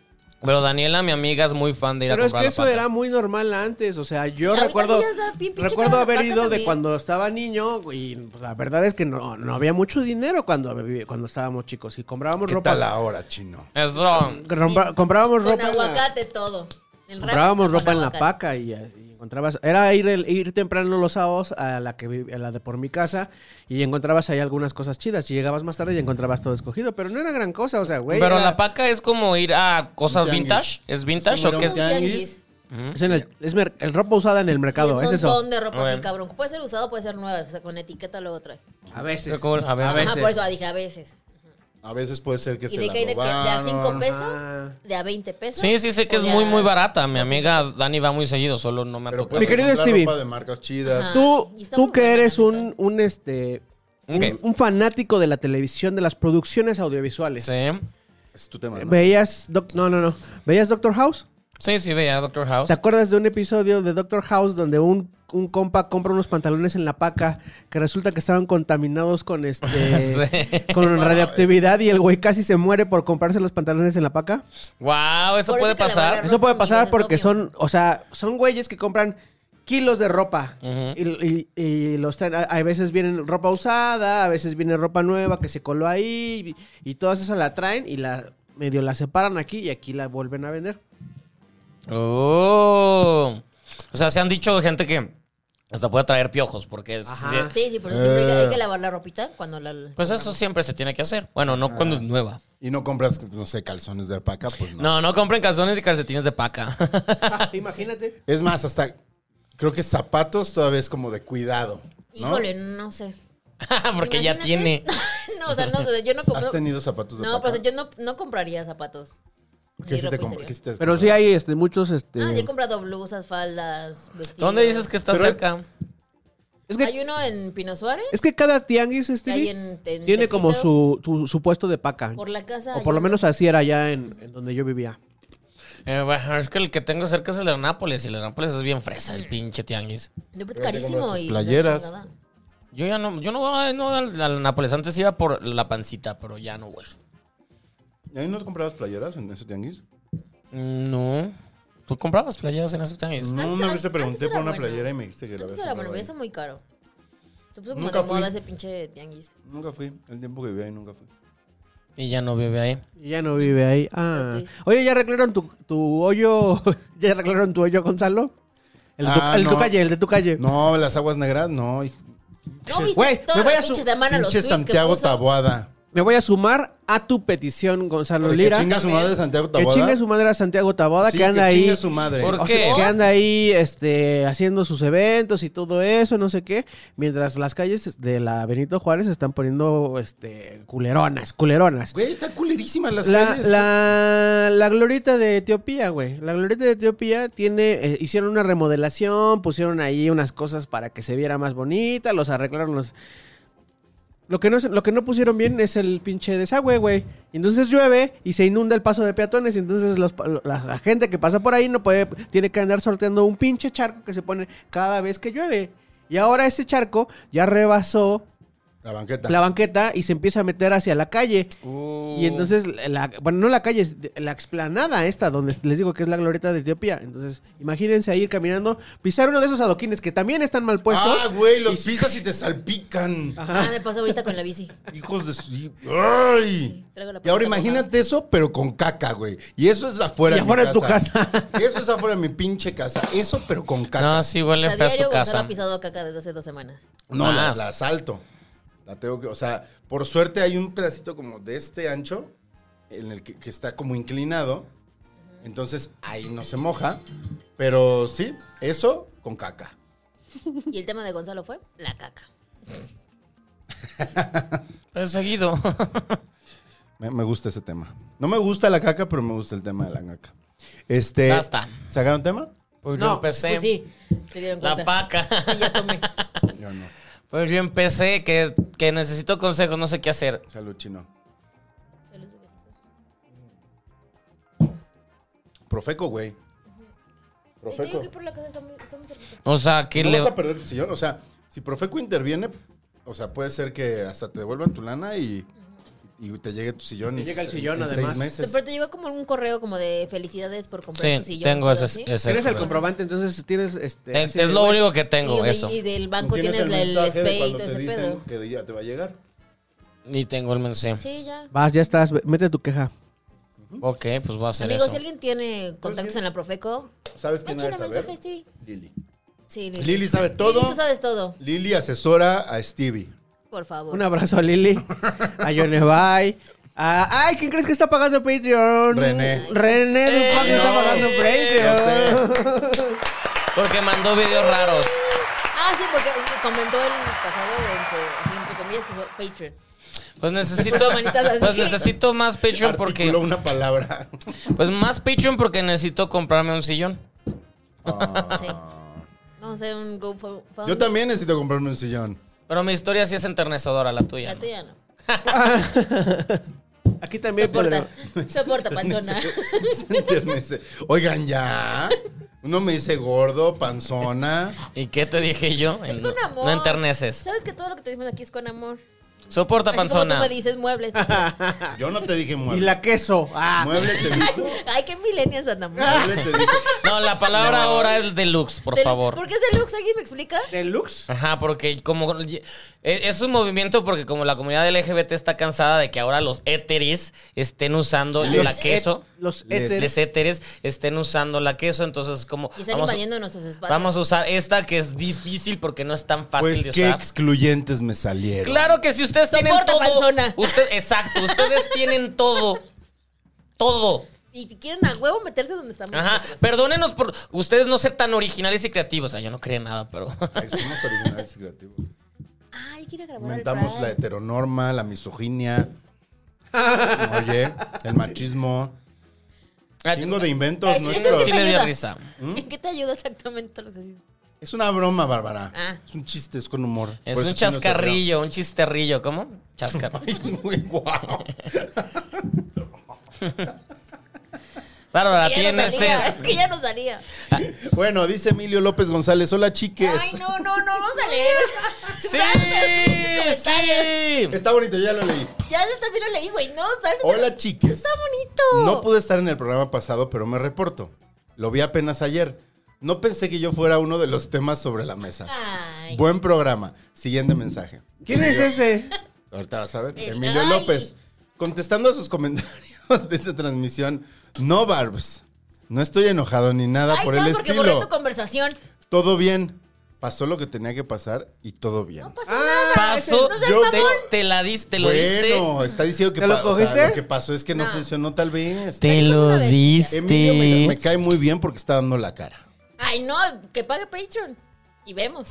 B: pero Daniela, mi amiga, es muy fan de ir
C: Pero
B: a
C: es
B: comprar
C: que
B: la
C: eso
B: paca.
C: era muy normal antes, o sea, yo
A: Ahorita
C: recuerdo
A: sí ya está bien pinche
C: recuerdo
A: cara la
C: haber
A: paca
C: ido de
A: también.
C: cuando estaba niño y pues, la verdad es que no, no había mucho dinero cuando vivi- cuando estábamos chicos y comprábamos
D: ¿Qué
C: ropa
D: tal ahora, chino?
B: Eso.
C: compra- comprábamos
A: Con
C: ropa en la-
A: aguacate todo. El rap
C: comprábamos
A: con
C: ropa en la
A: aguacate.
C: paca y, eh, y encontrabas era ir el- ir temprano los sábados a la que vi- a la de por mi casa y encontrabas ahí algunas cosas chidas y llegabas más tarde y encontrabas todo escogido, pero no era gran cosa, o sea, güey,
B: Pero
C: era-
B: la paca es como ir a cosas
D: Tianguis.
B: vintage. ¿Es vintage
D: Como
B: o
A: Un
B: qué
D: ir a
B: es?
D: un tianguis.
A: tianguis.
C: es, en el, es mer- el ropa usada en el
A: Y
C: mercado,
A: un
C: es eso.
A: montón de ropa
B: Bueno.
A: así, cabrón. Puede ser usado, puede ser nueva. O sea, con etiqueta lo otra.
C: A veces.
B: Qué cool, a veces.
A: Ajá, por eso ah, dije a veces.
D: A veces puede ser que
A: Y
D: se
A: de
D: la
A: que hay de, que- de a
D: robaron.
A: 5 pesos,
C: Ah.
A: de a 20 pesos.
B: Sí, sí, sé que
A: o
B: es
A: de
B: muy,
A: a-
B: muy barata. Mi amiga Dani va muy seguido, solo no me ha
D: Pero
B: tocado.
D: puedes
C: Mi querido
D: encontrar
C: Stevie.
D: ropa de marcas chidas.
A: Ajá.
C: Tú,
A: Ah, Y está
C: tú
A: muy
C: que
A: buena,
C: eres
A: la
C: un,
A: neta.
C: un, este un,
B: ¿Qué?
C: un fanático de la televisión, de las producciones
D: pues.
C: audiovisuales. Eh,
B: Sí.
D: Es tu tema, ¿no?
C: ¿Veías doc- no, no, no. ¿Veías Doctor House?
B: Sí, sí, veía Doctor House.
C: ¿Te acuerdas de un episodio de Doctor House donde un, un compa compra unos pantalones en la paca que resulta que estaban contaminados con este
B: Sí.
C: con radioactividad y el güey casi se muere por comprarse los pantalones en la paca?
B: Wow, eso
A: Por eso
B: puede
A: que la
B: pasar.
A: barra-
C: Eso puede
A: amigos,
C: pasar
A: es
C: porque
A: obvio.
C: son, o sea, son güeyes que compran kilos de ropa
B: Ujú.
C: y, y- y los traen. A, a veces vienen ropa usada, a veces viene ropa nueva que se coló ahí y, y todas esas la traen y la medio la separan aquí y aquí la vuelven a vender.
B: Oh. O sea, se han dicho de gente que hasta puede traer piojos, porque es-
C: Ajá.
B: sí.
A: Sí, sí, por eso siempre hay que- hay que lavar la ropita cuando la.
B: Pues eso siempre se tiene que hacer. Bueno, no cuando es nueva.
D: Y no compras, no sé, calzones de alpaca, pues no.
B: No, no compren calzones y calcetines de paca.
C: Ah, Imagínate.
D: Es más, hasta creo que zapatos todavía es como de cuidado. ¿no?
A: Híjole, no sé.
B: porque ya
A: Imagínate.
B: tiene.
A: no, o sea, no, o sea, yo no compro.
D: ¿Has tenido zapatos de
A: No,
D: alpaca?
A: pues yo no, no compraría zapatos.
D: ¿Qué
A: ni
D: sí te
A: ropa
D: comp-
A: interior.
D: qué sí te has
C: Pero sí
D: comprado?
C: hay este, muchos. Este,
A: Ah, yo he comprado blusas, faldas, vestidos.
B: ¿Dónde dices que está
C: Pero-
B: cerca?
C: es,
A: Hay
C: que,
A: uno en Pino Suárez.
C: es que cada tianguis este,
A: hay en- en
C: tiene como
A: Tepito.
C: su, su, su puesto de paca.
A: Por la casa.
C: o por lo
A: hay
C: menos así era allá en, en donde yo vivía.
B: Eh, bueno, es que el que tengo cerca es el de Nápoles y el de Nápoles es bien fresa, el pinche tianguis.
A: uno- de- Es carísimo. y
D: playeras.
A: la chingada.
B: Yo ya no, yo no voy no, al, al Nápoles. Antes iba por la pancita, pero ya no voy.
D: ¿Y ahí no te comprabas playeras en ese tianguis?
B: Mm, No. ¿Tú comprabas playeras en esos tianguis?
D: No,
A: Antes-
D: una vez te
A: antes
D: pregunté
A: era
D: por una
A: bueno.
D: playera y me dijiste que la
A: Antes
D: habías
A: era bueno,
D: comprado
A: pero
D: ahí.
A: eso es muy caro. Te puso como
D: Nunca
A: de moda
D: fui.
A: ese pinche tianguis.
D: Nunca fui. El tiempo que viví ahí nunca fui.
B: Y ya no vive ahí.
C: Y ya no vive ahí. Ah.
A: Lo twist.
C: Oye, ¿ya arreglaron tu, tu hoyo? ¿Ya arreglaron tu hoyo, Gonzalo? El, de tu-
D: Ah,
C: el de tu
D: no.
C: calle, el de tu calle.
D: No, las aguas negras, no. y-
A: No, viste
C: Güey, me
A: toda
C: voy
A: la
C: a su-
A: pinche semana los
D: Pinche
A: tweets que
D: Santiago
A: puso.
D: Taboada.
C: Me voy a sumar a tu petición, Gonzalo
D: De
C: Lira.
D: Que chinga su madre Santiago
C: Que
D: Taboada.
C: chingue su madre a Santiago Tabada,
D: Sí,
C: que anda
D: chingue
C: ahí.
D: su madre.
B: ¿Por
C: O
B: qué?
C: sea, que anda ahí este, haciendo sus eventos y todo eso, no sé qué, mientras las calles de la Benito Juárez se están poniendo este, culeronas, culeronas.
D: Güey, está culerísima las
C: La,
D: calles.
C: la, la glorita de Etiopía, güey. La glorita de Etiopía tiene, eh, hicieron una remodelación, pusieron ahí unas cosas para que se viera más bonita, los arreglaron los... Lo que, no, es- lo que no pusieron bien es el pinche desagüe, güey. Y Entonces llueve y se inunda el paso de peatones. y Entonces los pa- la, la gente que pasa por ahí no puede, tiene que andar sorteando un pinche charco que se pone cada vez que llueve. Y ahora ese charco ya rebasó
D: La banqueta.
C: la banqueta y se empieza a meter hacia la calle.
D: Uh.
C: Y entonces, la, bueno, no la calle, es de- la explanada esta, donde les digo que es la glorieta de Etiopía. Entonces, imagínense ahí ir caminando, pisar uno de esos adoquines que también están mal puestos.
D: Ah, güey, los pisas y te salpican.
A: Ah, me pasó ahorita con la bici.
D: Hijos de su... ¡Ay!
A: traigo la
D: Y ahora
A: panza
D: imagínate eso, pero con caca, güey. Y eso es afuera
C: Y
D: de mi
C: afuera de
D: casa.
C: tu
D: Eso es afuera de mi pinche casa. Eso, pero con caca.
B: No, sí
A: O
B: huele
A: sea,
B: feo su
A: diario Gonzalo
B: casa.
A: ha pisado caca desde hace dos semanas.
D: No, la,
B: Más.
D: la salto. La tengo que... O sea, por suerte hay un pedacito como de este ancho en el que, que está como inclinado. Entonces, ahí no se moja. Pero sí, eso con caca.
A: Y el tema de Gonzalo fue la caca.
B: Es Pues seguido.
D: Me, me gusta ese tema. No me gusta la caca, pero me gusta el tema de la caca. Este,
B: Basta.
D: ¿Sacaron tema?
B: Pues
C: No,
B: yo empecé.
A: Pues sí, se dieron
B: La
A: cuenta.
B: paca.
A: Y ya tomé.
D: Yo no.
B: Pues yo empecé que, que necesito consejos, no sé qué hacer.
D: Salud, chino.
A: Salud, besitos.
D: Profeco, güey.
A: Te digo
D: Profeco.
A: que por la casa está muy, está muy cerquita.
B: O sea, que
D: No
B: le...
D: vas a perder tu sillón. O sea, si Profeco interviene, o sea, puede ser que hasta te devuelvan tu lana y, y te llegue tu sillón.
C: Te
D: en
C: llega el
D: se-
C: sillón,
D: en
C: además.
D: Seis meses.
A: Pero te llegó como un correo como de felicidades por comprar tu
B: Sí,
A: sillón.
B: tengo
A: pero
B: ese.
A: sí.
B: ese
C: Tienes el
B: problema.
C: comprobante, entonces tienes este.
B: Ten-
C: así
B: Eh, es
C: de,
B: lo
C: güey,
B: único que
A: y,
B: tengo,
A: o sea,
B: eso.
A: y
B: Y,
A: del banco
D: ¿Tienes
A: tienes, la- el,
D: mensaje de
A: SPAY y
D: cuando
A: todo
D: te
A: ese
D: dicen
A: pedo.
D: que ya te va a llegar.
B: tengo el mensaje.
A: Sí, ya.
C: Vas, ya estás, ve- mete tu queja.
B: Ok, pues voy a hacer
A: Amigos,
B: eso.
A: si alguien tiene
D: Pues
A: contactos en la Profeco,
D: ¿Sabes quién ha
A: échale
D: de
A: un
D: saber?
A: mensaje a Stevie.
D: Lili.
A: Sí, Lili.
D: Lili sabe todo.
A: Lili, tú sabes todo,
D: Lili asesora a Stevie.
A: por favor.
C: Un abrazo a Lili, a Yonevay. a- ¡Ay! ¿Quién crees que está pagando Patreon?
D: René.
C: René Dupont
B: ¡Ey!
C: está pagando
B: Eh, No.
D: Ya sé.
C: Patreon.
B: Porque mandó videos raros.
A: Ah, sí, porque comentó el pasado, entre, así, entre comillas, puso Patreon.
B: Pues necesito,
A: manitas así.
B: pues necesito más Patreon porque...
D: Articuló una palabra.
B: Pues más Patreon porque necesito comprarme un sillón.
A: Sí. Vamos a hacer un GoFundMe.
D: Ah. Yo también necesito comprarme un sillón.
B: Pero mi historia sí es enternecedora, la tuya.
A: La
B: ¿no?
A: tuya no.
C: Aquí también
A: Soporta.
C: podremos-
A: Soporta, panzona.
D: Se enternece. Oigan, ya. Uno me dice gordo, panzona.
B: ¿Y qué te dije yo?
A: Es
B: No-
A: con amor.
B: No enterneces.
A: Sabes que todo lo que te decimos aquí es con amor.
B: Soporta,
A: Así como tú
B: panzona.
A: me dices muebles.
D: Yo no te dije
C: Y
D: mueble.
C: la queso. Ah.
D: Mueble te dijo.
A: Ay, qué milenias andamos.
D: Mueble te dijo.
B: No, la palabra
D: No.
B: ahora es deluxe, Ah, por
A: Del-
B: favor.
A: ¿Por qué es deluxe? ¿Alguien me explica?
C: Deluxe.
B: Ajá, porque como eh, es un movimiento porque como la comunidad LGBT está cansada de que ahora los éteres estén usando
C: Los
B: la queso,
C: et- los
D: Les-
C: éteres.
B: los éteres estén usando la queso, entonces como
A: Y están
B: vamos,
A: invadiendo nuestros espacios.
B: vamos a usar esta que es difícil porque no es tan fácil
D: Pues
B: de
D: qué
B: usar.
D: excluyentes me salieron.
B: Claro que si ustedes tienen
A: Soporta,
B: todo,
A: panzona.
B: usted exacto, ustedes tienen todo. Todo.
A: Y te quieren a huevo meterse donde estamos.
B: Ajá,
A: nosotros.
B: perdónenos por ustedes no ser tan originales y creativos. O sea, yo no creía nada, pero
D: Ay, Somos originales y creativos.
A: Ay, quiero grabar. al
D: Inventamos
A: Pride.
D: la heteronorma, la misoginia. Oye, el machismo. Chingo de inventos
A: Eso- eso
D: nuestros.
B: sí
A: te
B: me dio
A: ayuda.
B: risa.
D: ¿Mm?
A: ¿En qué te ayuda exactamente todo lo que has dicho?
D: Es una broma, Bárbara.
A: Ah.
D: Es un chiste, es con humor.
B: Es
D: Por
B: un
D: eso Chino se rió.
B: chascarrillo, un chisterrillo, ¿cómo? Chascarrillo.
D: Muy guau.
A: Ya
B: Bárbara,
A: no
B: tienes eh.
A: salía,
B: sed.
A: Es que ya no salía.
D: Bueno, dice Emilio López González. Hola, chiques.
A: Ay, no, no, no, vamos a leer.
B: Sí,
A: Gracias por tus comentarios.
B: sí.
D: Está bonito, ya lo leí.
A: Ya lo- también lo leí, güey. No, sal.
D: Hola, chiques.
A: Está bonito.
D: No pude estar en el programa pasado, pero me reporto. Lo vi apenas ayer. No pensé que yo fuera uno de los temas sobre la mesa.
A: Ay.
D: Buen programa. Siguiente mensaje.
C: ¿Quién es ese?
D: Ahorita vas a ver.
A: El-
D: Emilio
A: ¡Ay!
D: López. Contestando a sus comentarios de esta transmisión, no barbs. No estoy enojado ni nada
A: Ay,
D: por
A: no,
D: el
A: porque
D: estilo.
A: borré tu conversación.
D: Todo bien. pasó lo que tenía que pasar y todo bien.
A: No pasó
C: Ah.
A: nada.
B: Pasó,
A: No seas
B: yo te,
A: mamón.
B: te la diste, te lo diste.
D: bueno, está diciendo que
C: ¿Te lo
D: pa- o sea,
C: cogiste?
D: lo que pasó es que no
A: No.
D: funcionó tal vez.
B: Te
A: Salimos
B: lo
A: una vez y ya.
B: diste.
D: Emilio me, me cae muy bien porque está dando la cara.
A: Ay, no, que pague Patreon. Y vemos.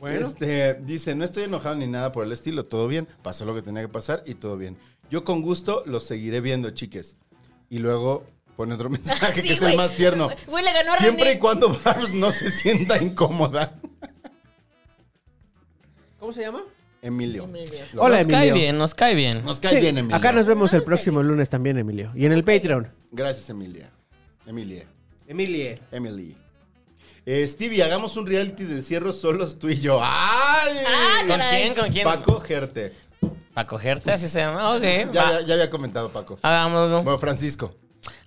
D: Bueno. Este, dice, no estoy enojado ni nada por el estilo, todo bien, pasó lo que tenía que pasar y todo bien. Yo con gusto los seguiré viendo, chiques. Y luego pone otro mensaje
A: Sí,
D: que es
A: güey.
D: el más tierno.
A: Güey, le ganó a
D: Siempre
A: René.
D: y cuando Barbs no se sienta incómoda.
C: ¿Cómo se llama?
D: Emilio.
A: Emilio.
D: Lo-
C: Hola,
B: nos cae
C: Emilio.
B: bien, nos cae bien.
D: Nos cae
C: Sí,
D: bien, Emilio.
C: Acá nos vemos
A: No,
C: el
A: no sé.
C: próximo lunes también, Emilio. Y en el Patreon.
D: Gracias, Emilia. Emilia.
C: Emilie.
D: Emily. Eh, Stevie, hagamos un reality de encierro solos tú y yo. ¡Ay!
A: Ah,
B: ¿Con
A: caray.
B: quién? ¿Con quién?
D: Paco Gerte.
B: Para cogerte, así se llama. Ok.
D: Ya,
B: va.
D: había- ya había comentado Paco.
A: Ah.
B: Hagámoslo.
D: Bueno, Francisco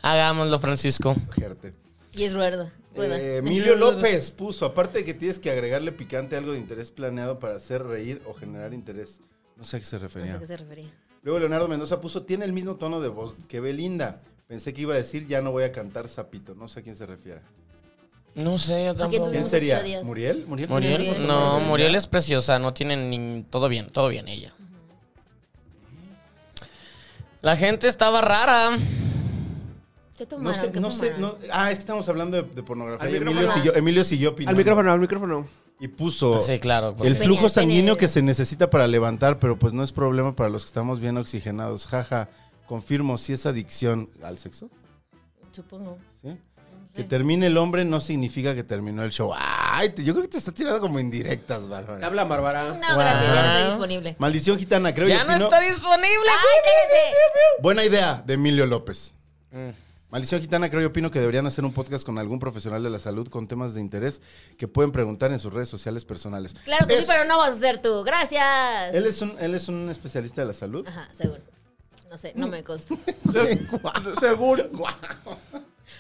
B: Hagámoslo, Francisco.
D: Gerte.
A: Y es rueda. rueda.
D: Eh, Emilio López puso, aparte de que tienes que agregarle picante algo de interés planeado para hacer reír o generar interés. No sé a qué se
A: No sé
D: refería.
A: a qué se refería.
D: Luego Leonardo Mendoza puso, tiene el mismo tono de voz que Belinda. Pensé que iba a decir, ya no voy a cantar sapito. No sé a quién se refiere.
B: No sé, yo
A: Aquí
B: tampoco.
D: ¿Quién
A: Unos
D: sería?
A: ocho días.
D: ¿Muriel? ¿Muriel? tenía el mismo
B: Muriel,
A: Muriel,
D: tono de
B: no,
D: voz?
B: Muriel es preciosa, no tienen ni... Todo bien, todo bien ella. La gente estaba rara.
A: ¿Qué
D: No
A: tomaron?
D: sé,
A: ¿Qué
D: no sé,
A: fumaron?
D: no- ah, es que estamos hablando de, de pornografía.
C: Al
D: Y Emilio
C: micrófono.
D: siguió, Emilio siguió opinando.
C: Al micrófono, al micrófono.
D: Y puso
B: Ah, Sí, claro. porque-
D: Oh. el
A: Pene,
D: flujo
A: pene.
D: sanguíneo que se necesita para levantar, pero pues no es problema para los que estamos bien oxigenados. Jaja, confirmo, si es adicción al sexo,
A: Supongo.
D: ¿sí?
A: No
D: Que
A: sé.
D: termine el hombre no significa que terminó el show. Ay, te- yo creo que te está tirando como indirectas, Bárbara.
C: habla
D: Ah,
C: Bárbara.
A: No, gracias, ya no
B: Wow.
A: estoy disponible.
D: Maldición gitana, creo
B: ya
D: y
B: no
D: opino-
B: está disponible.
A: ¡Ay, cállate!
D: Buena idea de Emilio López.
B: Mm.
D: Maldición Gitana, creo y opino que deberían hacer un podcast con algún profesional de la salud con temas de interés que pueden preguntar en sus redes sociales personales.
A: Claro que sí,
D: Es-
A: pero no vas a ser tú. Gracias.
D: Él es un, él es un especialista de la salud.
A: Ajá, seguro. No sé,
D: Mm.
A: no me consta.
C: Seguro.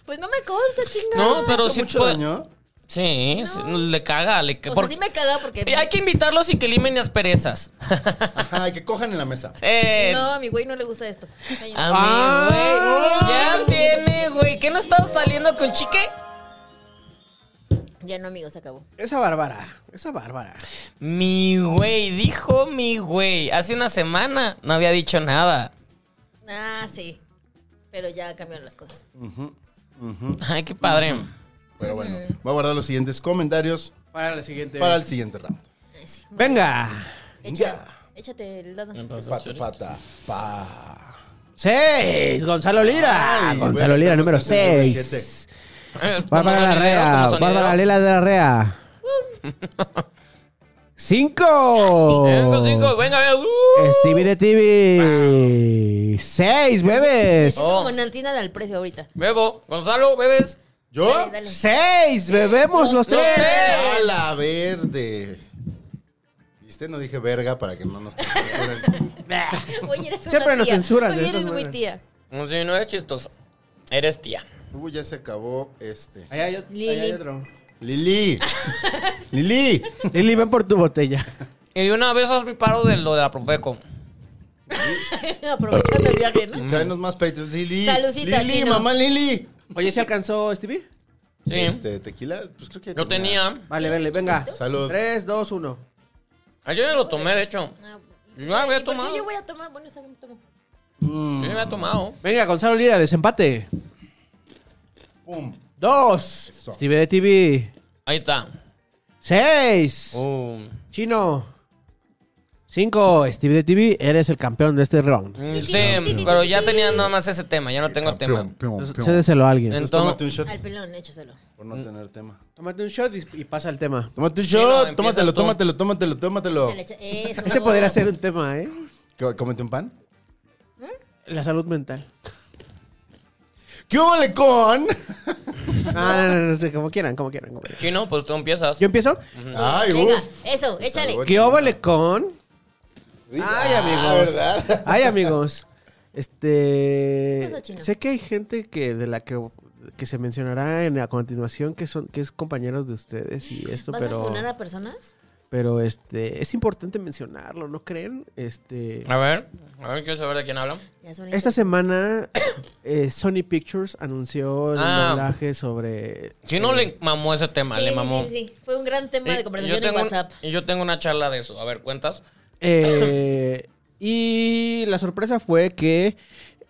A: Pues no me consta, chingada.
B: No, pero
D: ¿Hizo
B: sí
D: mucho
B: puede-
D: daño?
B: Sí, sí, le caga, le
A: O
B: caga.
A: sea, sí Pues me caga porque.
B: Hay que invitarlos y que limen las perezas.
D: Ajá, que cojan en la mesa.
B: Eh, ah.
A: No, a mi güey no le gusta esto. Ay,
B: A mí, güey. Ya tiene, güey. ¿Qué no estás saliendo con chique?
A: Ya no, amigos, se acabó.
C: Esa Bárbara. Esa Bárbara.
B: Mi güey, dijo mi güey. Hace una semana no había dicho nada.
A: Ah, sí. Pero ya cambiaron las cosas.
B: Ay, qué padre.
D: Pero bueno, voy a guardar los siguientes comentarios
C: Para la siguiente.
D: para el siguiente round.
A: Ay, sí.
C: Venga.
D: Ya.
A: Échate el dado.
D: Pata, pata, pa.
C: 6. Gonzalo Lira.
D: Ay,
C: Gonzalo
D: bueno,
C: Lira,
D: tenemos
C: número
D: que hacer el número
C: 6.
D: siete.
C: Bárbara Larrea. Bárbara Lela de Larrea. 5.
B: Venga, cinco, venga, venga. Uh.
C: Stevie de TV. 6 bebés.
B: Oh.
A: Con Antina del precio ahorita.
B: Bebo, Gonzalo, bebes.
C: Oh.
D: ¿Yo?
A: Dale, dale.
C: 6 bebemos los
A: Los
C: tres.
B: tres.
D: A la verde. ¿Viste? No dije verga para que no nos censuren.
A: Oye, eres una
C: Siempre nos
A: tía.
C: censuran de
A: Oye, eres
C: estas
A: muy
C: maneras.
A: tía.
B: No sé, no eres chistoso. Eres tía.
D: Uy, ya se acabó este.
C: Allá hay, ot- allá hay
A: Lili.
C: otro.
D: Lili. Lili.
C: Lili, ven por tu botella.
B: Y de una vez hazme paro de lo de la Profeco.
A: Aprovechando el viaje, ¿no?
D: Tráenos más Patreon. Lili.
A: Salucita,
D: Lili,
A: chino.
D: mamá Lili.
C: Oye, ¿se alcanzó Stevie?
B: Sí.
D: Este, tequila, pues creo que.
B: Yo tenía.
C: Vale, vale, venga.
D: Salud.
C: 3, 2, 1.
B: Ayer Ah, ya lo tomé, de hecho.
A: No.
B: Yo
A: ¿Y
B: había
A: por qué
B: tomado.
A: Yo voy a tomar. Bueno, esa no tomo.
B: Yo ya había tomado.
C: Venga, Gonzalo Lira, desempate.
D: Pum.
C: 2. Stevie de TV.
B: Ahí está.
C: 6.
B: Uh.
A: Mm.
C: Chino. 5. Stevie de TV, eres el campeón de este round.
B: Mm, Sí, pero ya tenía nada más ese tema. Ya no tengo tema.
D: Pium, pium, pium.
C: Cédeselo a alguien.
B: En-
D: Entonces, Pues tómate un shot
A: Al pelón, échaselo.
D: por no tener tema.
C: Tómate un shot y, y pasa el tema.
D: Tómate un
B: no,
D: shot,
B: empiezas
D: tómatelo,
B: tú.
D: tómatelo, tómatelo, tómatelo.
A: Échale, échale. Eso.
C: Ese podría ser un tema, ¿eh?
D: ¿Qué- ¿Cómete un pan?
C: La salud mental.
D: ¿Qué hubo con?
C: Ah, no, no, no, sé, como quieran, como quieran. como quieran.
B: Chino, pues tú empiezas.
C: ¿Yo empiezo?
D: Ay,
A: Venga,
D: uf.
A: eso, échale.
D: salvó.
C: ¿Qué óvole con? Ay,
D: Ah,
C: amigos.
D: ¿verdad?
C: Ay, amigos. Este.
A: Eso, chino.
C: Sé que hay gente que de la que, que se mencionará en a continuación que son que es compañeros de ustedes y esto,
A: ¿Vas a
C: pero.
A: funar a personas?
C: Pero este, es importante mencionarlo, ¿no creen? Este,
B: A ver, a ver, quiero saber de quién hablan.
A: Ya son
C: esta semana eh, Sony Pictures anunció el
B: Ah.
C: doblaje sobre...
B: Si no le mamó ese tema,
A: Sí,
B: le
A: sí,
B: mamó.
A: sí, sí. Fue un gran tema
B: Y-
A: de
B: y
A: conversación en
B: tengo un-
A: WhatsApp.
B: y yo tengo una charla de eso. A ver, cuentas.
C: Eh, y la sorpresa fue que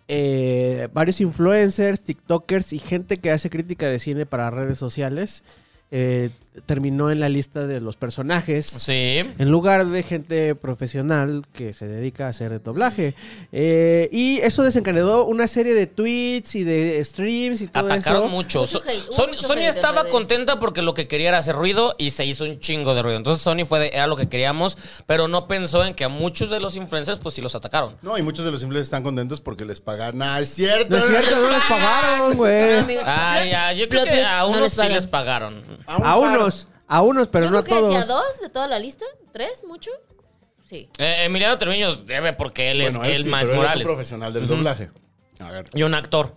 C: eh, varios influencers, TikTokers y gente que hace crítica de cine para redes sociales eh, terminó en la lista de los personajes.
B: Sí.
C: En lugar de gente profesional que se dedica a hacer doblaje. Eh, y eso desencadenó una serie de tweets y de streams y todo
B: Atacaron
C: eso.
B: mucho.
A: Mucho
B: So-
A: hate, hubo
B: Son-
A: mucho
B: Sony
A: hate en
B: estaba
A: redes.
B: contenta porque lo que quería era hacer ruido y se hizo un chingo de ruido. Entonces Sony fue de, era lo que queríamos, pero no pensó en que a muchos de los influencers pues sí los atacaron.
D: No, y muchos de los influencers están contentos porque les pagan. ¡No, es cierto!
C: No es cierto, no les pagaron,
A: Ah,
C: güey.
A: amigo.
B: Ay, ay, yo creo
A: Plot
B: que
A: twist,
B: a
A: no
B: unos
A: les
B: sí
A: pagan.
B: les pagaron.
D: A un
C: A
D: par.
C: unos, a unos, pero
A: Yo
C: no a
A: creo que decía
C: todos.
A: dos de toda la lista. ¿Tres? ¿Mucho? Sí.
B: Eh, Emiliano Treviño debe porque él
D: Bueno,
B: es el
D: sí,
B: más
D: pero él
B: Morales.
D: Es un profesional del doblaje. A ver,
B: y un actor.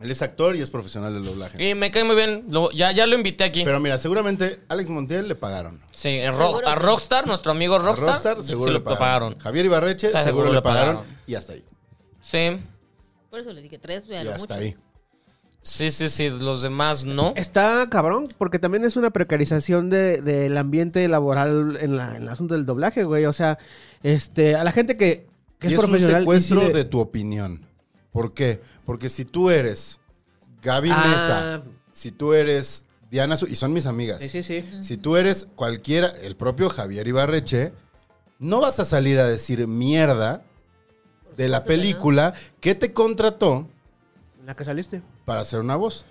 D: él es actor y es profesional del doblaje.
B: Y me cae muy bien. Lo- ya, ya lo invité aquí.
D: Pero mira, seguramente Alex Montiel le pagaron.
B: sí, en
A: Seguro
B: Rock- a
A: sí.
B: Rockstar, nuestro amigo
D: A
B: Rockstar,
D: Rockstar seguro
B: sí
D: le
B: lo
D: pagaron.
B: pagaron.
D: Javier Ibarreche
B: O sea,
D: seguro, le pagaron.
B: pagaron.
D: Y hasta ahí.
B: Sí.
A: Por eso le dije tres,
D: Y
A: vean,
D: hasta
A: mucho.
D: ahí.
B: Sí, sí, sí. Los demás no.
C: Está cabrón, porque también es una precarización de- del ambiente laboral en, la- en el asunto del doblaje, güey. O sea, este, a la gente que, que
D: Y
C: es,
D: es un
C: profesional. y
D: secuestro
C: sí
D: de... tu opinión. ¿Por qué? Porque si tú eres Gaby
C: Ah.
D: Mesa, si tú eres Diana, Su- y son mis amigas,
C: Sí, sí, sí.
D: si tú eres cualquiera, el propio Javier Ibarreche, no vas a salir a decir mierda de la
A: supuesto que no.
D: película que te contrató
C: En la que saliste.
D: para hacer una voz.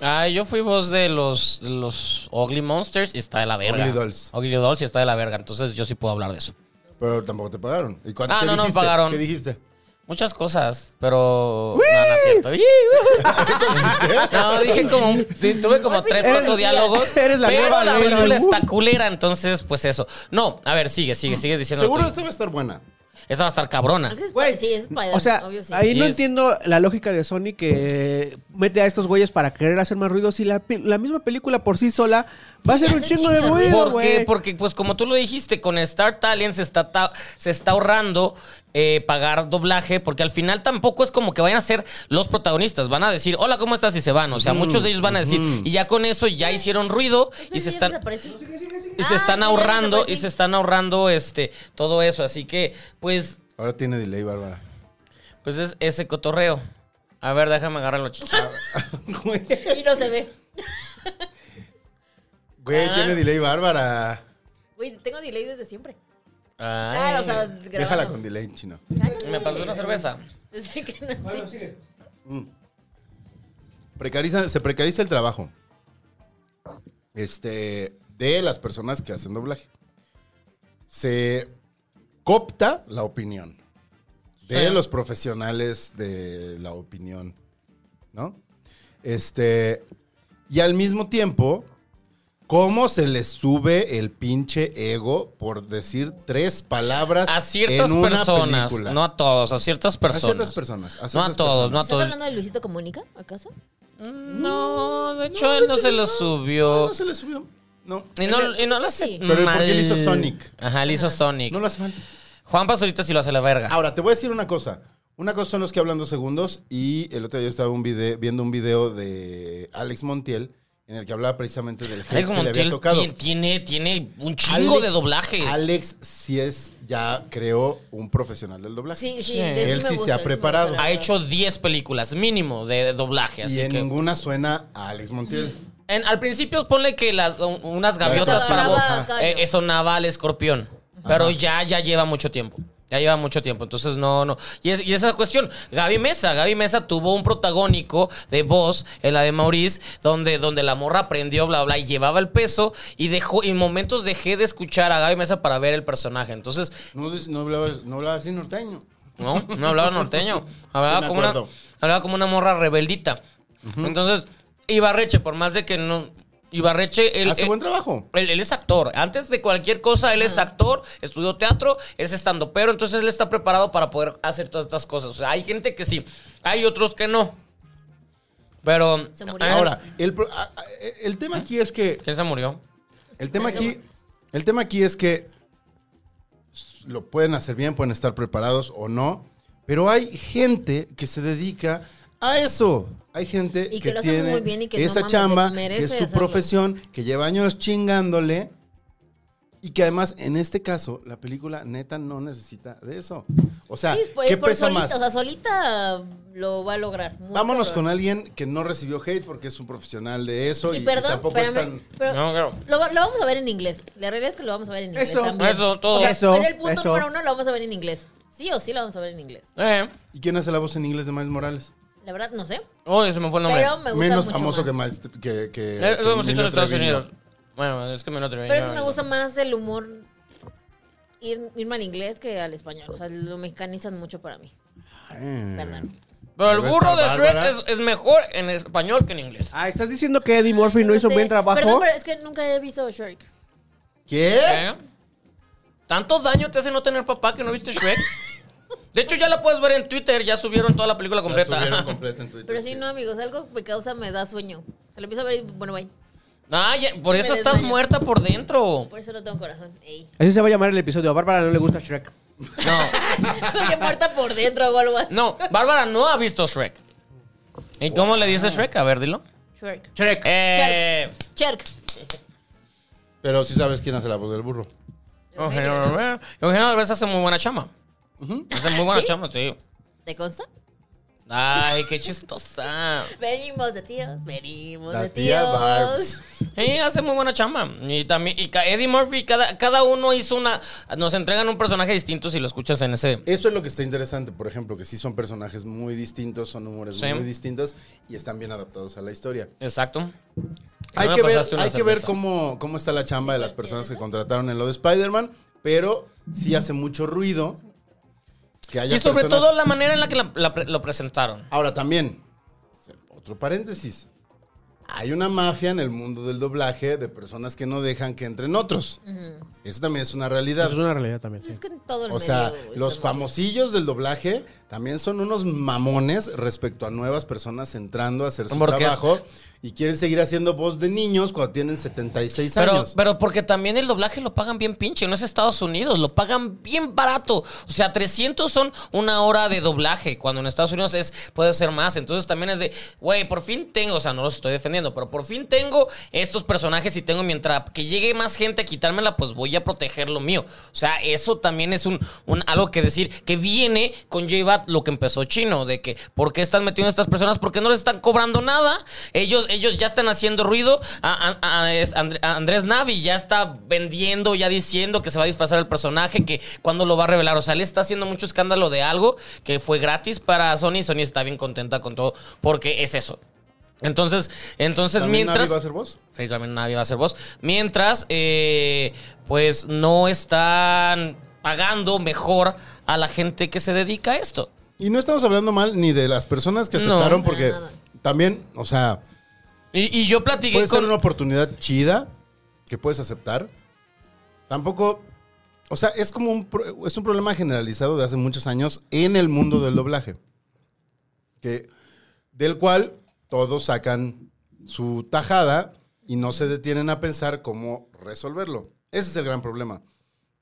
B: Ah, yo fui voz de los, de los Ugly Monsters y está de la verga.
D: Ugly Dolls.
B: Ugly Dolls y está de la verga. Entonces yo sí puedo hablar de eso.
D: Pero tampoco te pagaron. ¿Y cuánto,
B: Ah,
D: qué
B: no, no me
D: dijiste?
B: pagaron.
D: ¿Qué dijiste?
B: Muchas cosas, pero. No, no es cierto. ¡Wii! no, dije como. un- di- Tuve como tres, cuatro diálogos.
C: eres la
B: pero
C: nueva
B: la
C: Leila.
B: película
C: Uh.
B: está culera, entonces, pues eso. No, a ver, sigue, sigue, sigue diciendo. lo
D: Seguro
B: tuyo.
D: esta va a estar buena.
B: Esa va a estar cabrona.
A: Así es,
C: Güey,
A: sí, es Spider-Man,
C: o sea,
A: obvio, sí.
C: ahí no
B: Y es-
C: entiendo la lógica de Sony que mete a estos güeyes para querer hacer más ruido si la, pe- la misma película por sí sola va a
A: Sí,
C: ser un
A: hace un
C: chingo de
A: chingo de
C: ruido,
B: ¿Por qué?
C: güey.
B: Porque, pues, como tú lo dijiste, con Star Talent se está, ta- se está ahorrando eh, pagar doblaje, porque al final tampoco es como que vayan a ser los protagonistas. Van a decir, hola, ¿cómo estás? Y se van. O sea, muchos de ellos van a decir, y ya con eso ya hicieron ruido y
A: Ay,
B: se
A: ya
B: están.
A: desapareció.
B: Y se
A: Ah,
B: están
A: ya
B: ahorrando, y
A: desaparecí.
B: se están ahorrando este todo eso. Así que, pues,
D: Ahora tiene delay, Bárbara.
B: pues es ese cotorreo. A ver, déjame agarrar los chichos.
D: Güey,
A: Y no se ve.
D: Güey, tiene delay, Bárbara.
A: Güey, tengo delay desde siempre.
B: Ay,
A: Ah, o sea, grabando.
D: Déjala con delay, chino.
A: Cállate.
B: me pasó una cerveza.
A: Desde que nací.
D: Precariza- se precariza el trabajo este, de las personas que hacen doblaje. Se copta la opinión de
B: Sí.
D: los profesionales de la opinión, ¿no? Este, y al mismo tiempo, ¿cómo se les sube el pinche ego por decir tres palabras
B: A ciertas
D: en una
B: personas,
D: película?
B: no a todos, a ciertas
D: A
B: personas.
D: ciertas personas. a
B: No
D: ciertas
B: a todos, no a
D: personas.
A: ¿Estás
B: todos.
A: hablando de Luisito Comunica, acaso?
B: No, de hecho
D: No, de
B: él no
D: hecho,
B: se lo
D: Ah, No,
B: subió.
D: no se les subió. No.
B: Y no, y no lo hace
A: Sí.
D: Pero, ¿por qué
B: mal.
D: él hizo Sonic?
B: Ajá, él hizo Sonic.
D: No lo Ah, hace mal.
B: Juan Pazurita sí lo hace la verga.
D: Ahora, te voy a decir una cosa. Una cosa son los que hablan dos segundos y el otro día yo estaba un vide- viendo un video de Alex Montiel en el que hablaba precisamente del hate
B: Ay,
D: que
B: como
D: le había
B: tiene,
D: tocado.
B: tiene, tiene un chingo
D: Alex-
B: de doblajes.
D: Alex sí es, ya creo, un profesional del doblaje.
A: Sí, sí.
B: Sí.
A: de eso
D: Él
A: me
D: sí se
A: gusta,
D: ha
A: de eso me
D: preparado.
A: gusta, la
B: Ha
A: verdad.
B: hecho 10 películas mínimo de, de doblaje,
D: y
B: así
D: en
B: que...
D: ninguna suena a Alex Montiel.
B: En- al principio ponle que las, un- unas gaviotas
D: La
B: para
D: caballo.
B: vos.
A: Ajá.
B: Eh, eso naval escorpión. Pero
D: Ajá.
B: ya, ya lleva mucho tiempo. Ya lleva mucho tiempo. Entonces, no, no. Y, es- y esa cuestión. Gaby Mesa. Gaby Mesa tuvo un protagónico de voz en la de Maurice, donde, donde la morra aprendió, bla, bla, y llevaba el peso. Y dejó, y en momentos dejé de escuchar a Gaby Mesa para ver el personaje. Entonces,
D: No, des- no hablaba, no hablaba así norteño.
B: no, no hablaba norteño.
D: Sí,
B: Hablaba,
D: me
B: como, una,
D: acuerdo.
B: hablaba como una morra rebeldita. Entonces, Ibarreche, por más de que no. Ibarreche, él,
D: Hace
B: él-
D: buen trabajo.
B: él, él es actor. Antes de cualquier cosa, él es actor, estudió teatro, es estando, pero entonces él está preparado para poder hacer todas estas cosas. O sea, hay gente que sí, hay otros que no. Pero.
A: Se murió.
B: Ah,
D: Ahora, el, pro- a- a- el tema aquí es que
B: ¿Quién se murió?
D: El tema aquí El tema aquí es que s- lo pueden hacer bien, pueden estar preparados o no, pero hay gente que se dedica a eso. Hay gente
A: Y que
D: que,
A: lo hace
D: tiene
A: muy bien y que no
D: esa
A: mames,
D: chamba,
A: que
D: que,
A: merece
D: es su
A: hacerlo.
D: profesión, que lleva años chingándole y que además en este caso la película neta no necesita de eso. O sea,
A: Sí, por,
D: ¿qué
A: por
D: pesa
A: solita,
D: más?
A: o sea, solita lo va a lograr. muy
D: Vámonos
A: cabrón.
D: con alguien que no recibió hate porque es un profesional de eso y,
A: Y
D: y
A: perdón,
D: tampoco es
A: espérame,
D: tan...
A: pero
B: No, claro.
A: lo, va- lo vamos a ver en inglés. La realidad es que lo vamos a ver en inglés
D: Eso.
A: también.
B: Eso, todo.
A: O sea,
C: Eso,
A: es el punto
C: eso.
A: número uno, lo vamos a ver en inglés. Sí o sí lo vamos a ver en inglés.
B: Eh,
D: ¿Y quién hace la voz en inglés de Miles Morales?
A: La verdad, no sé.
B: uy, se me fue el nombre.
A: Pero me gusta
D: Menos
A: mucho
D: famoso
A: más.
D: que más que, que-
B: Eh,
D: que
B: lo hemos hecho en
D: Nino
B: Estados
D: Treviño.
B: Unidos. Bueno, es que me lo atreví.
A: Pero es que me gusta más el humor ir, irme al inglés que al español. O sea, lo mexicanizan mucho para mí.
D: Eh.
A: Perdón.
B: Pero el
D: Debe
B: burro de
D: estar
B: Shrek
D: bárbara.
B: es, es mejor en español que en inglés.
C: Ah, ¿estás diciendo que Eddie Murphy no hizo
A: sé.
C: un buen trabajo?
A: Perdón, pero es que nunca he visto Shrek.
D: ¿Qué?
B: ¿Eh? ¿Tanto daño te hace no tener papá que no viste Shrek? De hecho, ya la puedes ver en Twitter, ya subieron toda la película
D: La
B: completa.
D: subieron completa en Twitter.
A: Pero sí, no, amigos, algo me causa, me da sueño. Se lo empiezo a ver y bueno, bye.
B: Ah, ya- por
A: Y me
B: eso estás
A: desmayo.
B: muerta por dentro.
A: Por eso no tengo corazón. Ey.
C: Así se va a llamar el episodio. A Bárbara no le gusta Shrek.
B: No,
A: Porque muerta por dentro o algo así.
B: no, Bárbara no ha visto Shrek. ¿Y cómo le dice Shrek? A ver, dilo.
A: Shrek.
B: Shrek. Eh,
A: Shrek.
D: Pero sí sabes quién hace la voz del burro.
B: Eugenio Derbez. Eugenio Derbez hace muy buena chama. Hace muy buena
A: ¿Sí?
B: chama, sí.
A: ¿Te consta?
B: Ay, qué chistosa.
A: Venimos de tíos, venimos
D: La
A: de
D: tía
A: tíos.
D: Barbs.
B: Sí, hace muy buena chamba. Y también, y ca- Eddie Murphy, cada, cada uno hizo una. Nos entregan un personaje distinto si lo escuchas en ese.
D: Eso es lo que está interesante, por ejemplo, que sí son personajes muy distintos, son humores
B: Sí.
D: muy distintos y están bien adaptados a la historia.
B: Exacto.
D: Hay
B: No me
D: que ver,
B: pasaste una
D: hay que ver
B: cerveza.
D: cómo, cómo está la chamba de las personas que contrataron en lo de Spider-Man, pero sí hace mucho ruido que haya
B: Y sobre
D: personas-
B: todo la manera en la que la- la pre- lo presentaron.
D: Ahora también, otro paréntesis. Hay una mafia en el mundo del doblaje de personas que no dejan que entren otros. Eso también es una realidad.
C: Eso es una realidad también, sí.
A: Es que en todo el
D: pues, O
A: medio,
D: sea,
A: güey,
D: los
A: somos-
D: famosillos del doblaje también son unos mamones respecto a nuevas personas entrando a hacer su
B: Porque es-
D: trabajo y quieren seguir haciendo voz de niños cuando tienen 76
B: Pero,
D: años.
B: pero porque también el doblaje lo pagan bien pinche, no es Estados Unidos, lo pagan bien barato. O sea, 300 son una hora de doblaje, cuando en Estados Unidos es puede ser más. Entonces también es de, güey, por fin tengo, o sea, no los estoy defendiendo, pero por fin tengo estos personajes y tengo mientras que llegue más gente a quitármela, pues voy a proteger lo mío. O sea, eso también es un, un- algo que decir que viene con lleva lo que empezó Chino, de que por qué están metiendo a estas personas, por qué no les están cobrando nada. Ellos, ellos ya están haciendo ruido. A- a- a- es Andr- a Andrés Navi ya está vendiendo, ya diciendo que se va a disfrazar el personaje, que cuándo lo va a revelar. O sea, él está haciendo mucho escándalo de algo que fue gratis para Sony. Sony está bien contenta con todo, porque es eso. Entonces, entonces
D: ¿También
B: pues, mientras.
D: Navi va a hacer voz?
B: Sí, también nadie va a ser voz. Mientras, eh, pues no están pagando mejor a la gente que se dedica a esto.
D: Y no estamos hablando mal ni de las personas que
B: No.
D: aceptaron
B: Para
D: porque
A: nada.
D: también, o sea,
B: Y, y yo platiqué
D: puede ser
B: con...
D: una oportunidad chida que puedes aceptar. Tampoco, o sea, es como un, pro- es un problema generalizado de hace muchos años en el mundo del doblaje, que, del cual todos sacan su tajada y no se detienen a pensar cómo resolverlo. Ese es el gran problema.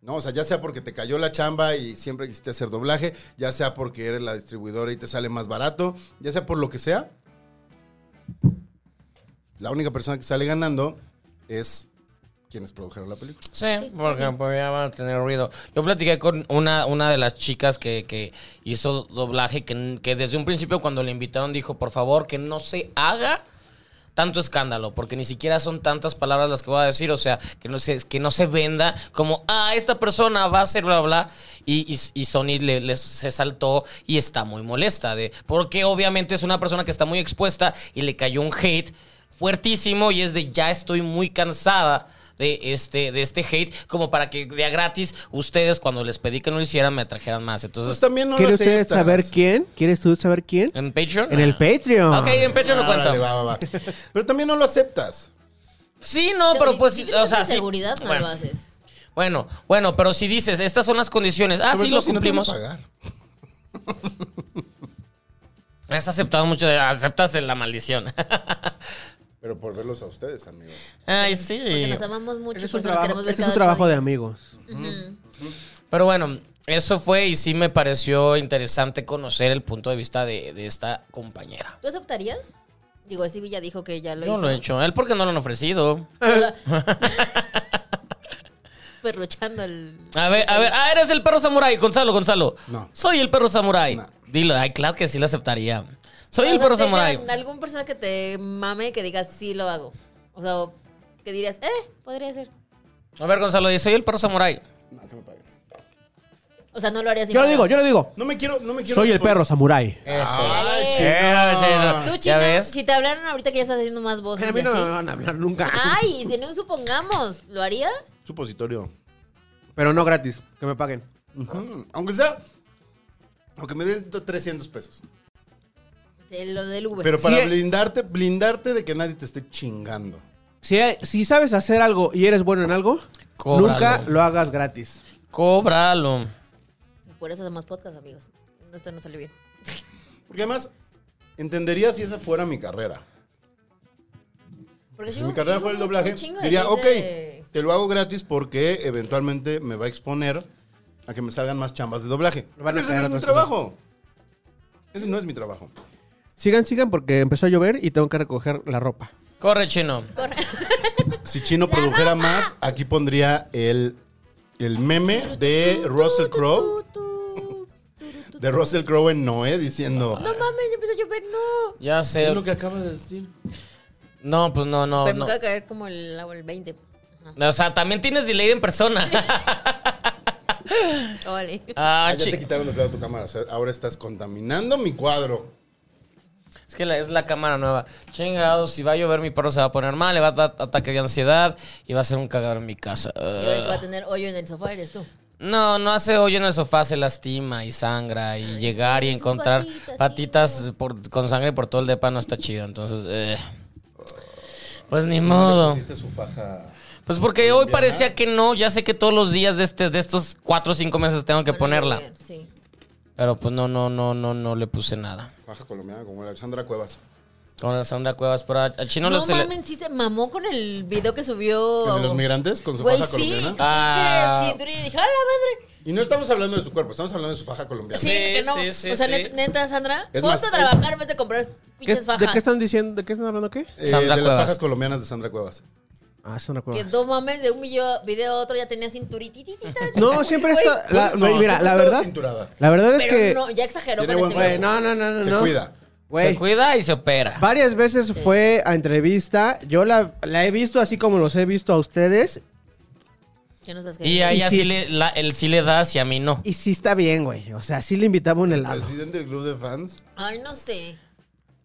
D: No, o sea, ya sea porque te cayó la chamba y siempre quisiste hacer doblaje, ya sea porque eres la distribuidora y te sale más barato, ya sea por lo que sea, la única persona que sale ganando es quienes produjeron la película.
B: Sí, porque pues, ya van a tener ruido. Yo platiqué con una, una de las chicas que, que hizo doblaje, que, que desde un principio cuando le invitaron dijo, por favor, que no se haga tanto escándalo, porque ni siquiera son tantas palabras las que voy a decir, o sea, que no se, que no se venda como, ah, esta persona va a hacer bla, bla, y, y, y Sony le, le- se saltó y está muy molesta, de, porque obviamente es una persona que está muy expuesta y le cayó un hate fuertísimo y es de, ya estoy muy cansada. De este, de este hate, como para que de a gratis ustedes, cuando les pedí que no lo hicieran, me trajeran más.
D: Entonces
B: Entonces,
D: Pues también no
C: ¿Quiere
D: lo
C: usted
D: aceptas.
C: saber quién? ¿Quiere usted saber quién?
B: ¿en Patreon? Ah.
C: En el Patreon.
B: Ok, en Patreon lo
D: Órale,
B: cuento.
D: Ah, va, va, va. Pero también no lo aceptas.
B: Sí, no, pero pues,
A: Sí tienes
B: o sea,
A: esa
B: sí.
A: seguridad no
B: Bueno.
A: lo haces.
B: Bueno, bueno, pero si dices, estas son las condiciones. Ah,
D: Sobre
B: sí,
D: todo
B: lo
D: si no te van a
B: cumplimos.
D: pagar.
B: Has aceptado mucho, de- aceptas en la maldición.
D: Pero por verlos a ustedes, amigos.
B: Ay, sí.
A: Porque nos amamos mucho.
C: Ese es
A: por
C: un
A: eso nos
C: trabajo,
A: queremos ver
C: ese es
A: cada
C: un
A: ocho
C: trabajo de
A: días.
C: amigos.
B: Pero bueno, eso fue y sí me pareció interesante conocer el punto de vista de, de esta compañera.
A: ¿Tú aceptarías? Digo, ese ya dijo que ya lo
B: Yo
A: hizo.
B: lo he hecho. Él porque no lo han ofrecido.
A: Perruchando el...
B: A ver, a ver. Ah, eres el perro samurái. Gonzalo, Gonzalo.
D: No.
B: Soy el perro samurái.
D: No.
B: Dilo. Ay, claro que sí lo aceptaría. Soy
A: O
B: el
A: sea,
B: perro
A: te dijeran
B: samurái.
A: Algún persona que te mame que digas, sí, lo hago. O sea, o que dirías, eh, podría ser.
B: A ver, Gonzalo, di, soy el perro samurái.
D: No, que me paguen.
A: O sea, no lo harías.
C: Yo lo digo, yo lo digo.
D: No me quiero, no me quiero.
C: Soy el
D: exponer.
C: perro samurái. Ah,
D: Ay,
A: Eh,
D: chingada.
A: Tú,
B: ¿Ya
A: China,
B: ves?
A: si te hablaron ahorita que ya estás haciendo más voces
C: A
A: y
C: mí no
A: así.
C: me van a hablar nunca.
A: Ay, y si no supongamos, ¿lo harías?
D: Supositorio.
C: Pero no gratis, que me paguen.
D: Ujú. Aunque sea. Aunque me des 300 pesos.
A: De lo del Uber.
D: Pero para
C: Sí, eh.
D: blindarte, blindarte de que nadie te esté chingando.
C: Si, si sabes hacer algo y eres bueno en algo,
B: Cóbralo.
C: nunca lo hagas gratis.
B: Cóbralo.
A: Por eso hacemos podcast, amigos. Esto no salió bien.
D: Porque además, entendería si esa fuera mi carrera.
A: Porque
D: Si
A: sí hubo-
D: Pues mi carrera
A: sí
D: fuera el
A: hubo un
D: doblaje,
A: chingo de
D: diría, ok,
A: gente-
D: te lo hago gratis porque eventualmente me va a exponer a que me salgan más chambas de doblaje.
C: Lo van a
D: Pero ese
C: caer
D: no es mi
C: otras cosas.
D: trabajo. Ese no es mi trabajo.
C: Sigan, sigan, porque empezó a llover y tengo que recoger la ropa.
B: Corre, chino.
D: Si Chino produjera más, aquí pondría el, el meme de Russell Crowe.
A: Tu, tu, tu, tu.
D: De Russell Crowe en Noé diciendo. "Ah,
A: No mames, ya empezó a llover, no.
B: Ya sé.
D: que acabas de decir.
B: No, pues no, no.
A: Pero me
B: no.
A: acaba de caer como el, el 20.
B: O sea, también tienes delay en persona.
A: Vale.
B: ah,
D: ya te
B: chi-
D: quitaron de plano tu cámara. o sea, ahora estás contaminando mi cuadro.
B: Es que la- es la cámara nueva. Chingado, si va a llover mi perro se va a poner mal, le va a dar ataque de ansiedad y va a ser un cagadero en mi casa. Ah.
A: Y el que va a tener hoyo en el sofá eres tú.
B: No, no hace hoyo en el sofá, se lastima y sangra y llegar y
A: sus
B: encontrar
A: patitas,
B: patitas por- con sangre por todo el depa no está chido. Entonces, eh, pues ni modo.
D: Pusiste su faja.
B: Pues porque hoy parecía que no, ya sé que todos los días de, este, de estos cuatro o cinco meses tengo que ponerla.
A: Sí.
B: Pero pues no, no, no, no, no le puse nada.
D: Faja colombiana como la de Sandra Cuevas.
B: Con la sonda cuevas, pero a, a Chino
A: No,
B: lo se le-
A: mames, sí se mamó con el video que subió.
D: ¿El de los migrantes con su
A: Oh. Güey,
D: faja
A: sí,
D: colombiana?
B: Ah.
A: pinche cinturón. Y dije, ¡ah, la madre!
D: Y no estamos hablando de su cuerpo, estamos hablando de su faja colombiana.
A: Sí,
B: Sí,
A: que no.
B: sí, sí,
A: o sea,
B: sí.
A: net- neta, Sandra,
D: Es
A: ponte
D: más,
A: a trabajar en vez de comprar
C: ¿Qué-
A: pinches
C: ¿De
A: fajas.
C: qué están diciendo? ¿De qué están hablando qué?
D: Eh,
B: Sandra
D: de las
B: Cuevas.
D: fajas colombianas de Sandra Cuevas.
C: Ah, es una
A: Que
C: cueva.
A: dos mames de un video, video a otro ya tenía cinturititita.
C: No, siempre está. La,
D: No,
C: mira,
D: siempre
C: la
D: está
C: verdad.
D: cinturada.
C: La verdad es
A: Pero
C: que.
A: no, ya exageró
D: Tiene
A: con este
D: buen
C: Güey,
A: ese video.
C: no, no, no, no.
D: Se
C: no.
D: cuida.
C: Güey,
B: Se cuida y se opera.
C: Varias veces fue a entrevista. Yo la, la he visto así como los he visto a ustedes.
A: Que no seas
B: Y
A: gay.
B: a
C: Y
B: ella
C: si-
B: sí le, la- él sí le da y a mí no.
C: Y sí está bien, güey. O sea, sí le invitaba un helado.
D: Presidente del club de fans,
A: Ay, no sé.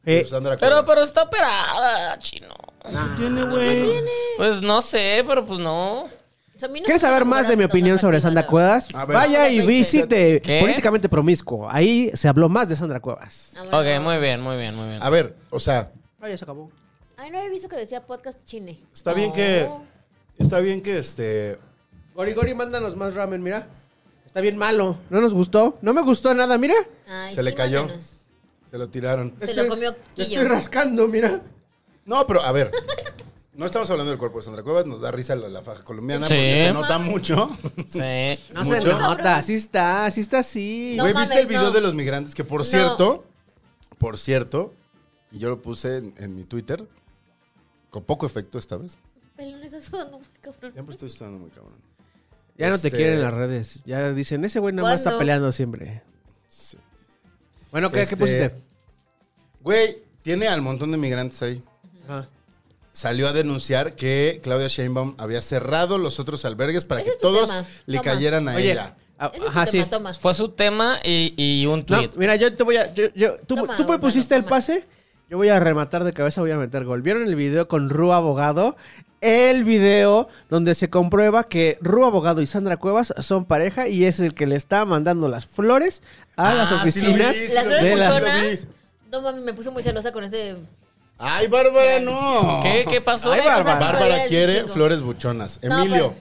C: Eh,
D: Sandra
B: Pero,
D: Cuevas.
B: pero está operada, chino.
C: tiene, güey?
B: Pues no sé, pero pues no.
A: O sea, a mí no
C: ¿Quieres
A: se me
C: saber
A: ocurre
C: más de mi
A: nada,
C: opinión sobre
A: Martín,
C: Sandra
A: no.
C: Cuevas?
D: A ver.
C: Vaya y
A: ¿Qué?
C: visite
B: ¿Qué?
C: Políticamente Promiscuo. Ahí se habló más de Sandra Cuevas.
A: Ah,
B: Ok,
A: bueno.
B: muy bien, muy bien, muy bien.
D: A ver, o sea,
C: Ay, ya se acabó.
A: Ay, no había visto que decía podcast chine.
D: está bien
A: No.
D: que. Está bien que este.
C: Gori Gori, mándanos más ramen, mira. Está bien malo. No nos gustó. No me gustó nada, mira.
A: Ay,
D: Se le
A: sí,
D: cayó.
A: mándanos.
D: Se lo tiraron.
A: Se lo comió
C: Te
A: Quillo.
C: estoy rascando, mira.
D: No, pero a ver. No estamos hablando del cuerpo de Sandra Cuevas, nos da risa la, la faja colombiana
B: Sí.
D: porque se nota mucho.
B: Sí.
C: No se
D: Mucho.
C: nota, así está, así está así.
A: No
D: Güey,
A: mames,
D: ¿viste el video
A: no.
D: de los migrantes? Que por
A: No.
D: cierto, por cierto, y yo lo puse en, en mi Twitter, con poco efecto esta vez.
A: Pelón, estás sudando muy cabrón.
D: Siempre estoy sudando muy cabrón.
C: ya no te
D: este-
C: quieren las redes. Ya dicen, ese güey nada más está
A: ¿Cuándo?
C: peleando siempre.
D: Sí.
C: Bueno, ¿qué,
D: Este-
C: ¿qué pusiste?
D: Güey, tiene al montón de migrantes ahí.
C: Ah.
D: Salió a denunciar que Claudia Sheinbaum había cerrado los otros albergues para
A: Ese
D: que
A: es tu
D: todos
A: tema.
D: le
A: Toma.
D: cayeran a
C: Oye,
D: ella.
C: ah,
A: Ese es
C: ajá,
A: tu
C: sí.
A: tema, toma.
B: Fue su tema y, y un
C: No,
B: tweet.
C: mira, yo te voy a. yo- yo- tú
A: Toma,
C: tú me
A: Gonzalo,
C: pusiste el
A: toma.
C: pase, yo voy a rematar de cabeza, voy a meter gol. ¿Vieron el video con Ru Abogado? El video donde se comprueba que Ru Abogado y Sandra Cuevas son pareja y es el que le está mandando las flores a
D: Ah,
C: las
D: sí lo vi,
C: oficinas.
D: sí
A: Las
D: lo
A: flores
D: vi, sí lo
A: buchonas.
D: vi.
A: No mami, me puse muy celosa con ese.
D: Ay, Bárbara, no.
B: ¿Qué, ¿Qué pasó?
C: Ay,
A: Una cosa
C: Bárbara.
A: así, güey,
D: Bárbara
A: eres
D: quiere
A: un chingo.
D: flores buchonas.
A: No,
D: Emilio.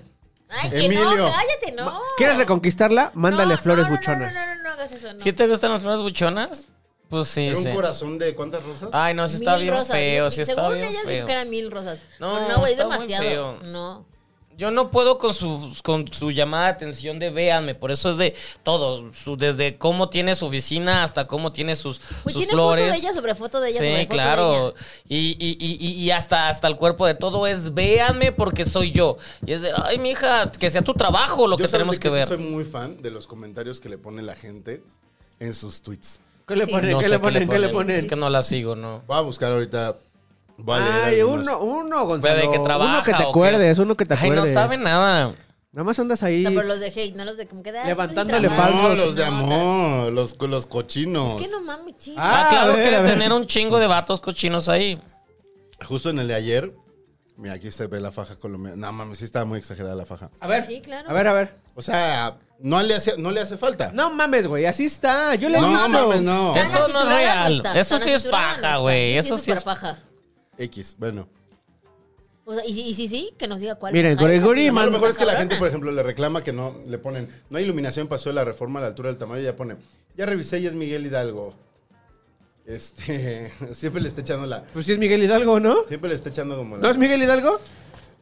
A: pero- Ay, que
D: Emilio.
A: no, cállate, no.
C: ¿Quieres reconquistarla? Mándale
A: No,
C: flores
A: no, no,
C: buchonas.
A: No, no, no, no, hagas eso, no.
B: ¿Sí te gustan las flores buchonas? Pues sí,
D: Era un
B: sí.
D: corazón de cuántas rosas.
B: Ay, no, sí está
A: Mil
B: bien
A: rosas,
B: feo,
A: digo,
B: sí está
A: Según
B: bien
A: ellas dijo
B: feo.
A: que eran mil rosas.
B: No,
A: No, no, güey, es
B: está muy
A: demasiado.
B: feo.
A: No.
B: Yo no puedo con su, con su llamada de atención de véanme, por eso es de todo, su- desde cómo tiene su oficina hasta cómo tiene sus,
A: Pues
B: sus
A: tiene
B: flores.
A: foto de ella sobre foto de ella sobre
B: Sí,
A: foto de ella.
B: claro. Y, y- y- y- y hasta, hasta el cuerpo de todo es véame porque soy yo. Y es de, ay, mija, que sea tu trabajo lo
D: Yo
B: que
D: sabes
B: tenemos
D: de
B: que
D: qué sí
B: ver.
D: soy muy fan de los comentarios que le pone la gente en sus tweets.
C: ¿Qué le
A: Sí.
C: ponen?
B: No
C: ¿Qué
B: sé
C: le ponen? ¿Qué le
B: Es
C: ponen?
B: que no la sigo, ¿no?
D: Voy a buscar ahorita. Voy a leer
C: Ay,
D: algunos.
C: uno, uno, Gonzalo.
B: Pero de que trabaja.
C: uno que te
B: ¿o qué?
C: acuerdes, uno que te acuerdes.
B: Ay, no sabe nada.
C: Nada más andas ahí.
A: No, pero los de hate, no los de "Ah, como que da.
C: Levantándole
D: No,
C: falsos.
D: los de amor, los, co- los cochinos.
A: Es que no mames, sí.
C: Ah,
B: Ah,
C: a
B: claro
C: ver,
B: que
C: a
B: debe
C: ver.
B: tener un chingo de vatos cochinos ahí.
D: Justo en el de ayer, mira, aquí se ve la faja colombiana. No mames, sí estaba muy exagerada la faja.
C: A ver,
A: Sí, claro.
C: a ver, a ver.
D: O sea, no le hace, no le hace falta.
C: No mames, güey, así está. Yo le he
D: No,
C: visto.
D: mames, no.
B: Es- Eso
A: Ana
B: no
A: Citurrada
B: real.
A: está.
B: Eso
A: Ana
B: sí es
A: Citurrada no
B: faja,
A: está.
B: güey,
A: Eso sí es súper
B: es-
A: faja.
D: X, bueno.
A: O sea, y si y si sí, que nos diga cuál.
C: Miren,
A: Ajá, esa
C: Gregory
A: opinión
D: A lo
C: manda-
A: está
D: mejor es que la
A: cabrona.
D: gente, por ejemplo, le reclama que no, le ponen, no hay iluminación, pasó la reforma a la altura del tamaño, y ya pone, ya revisé y es Miguel Hidalgo. Este, siempre le está echando la,
C: Pues sí es Miguel Hidalgo, ¿no?
D: siempre le está echando como la.
C: ¿No es Miguel Hidalgo?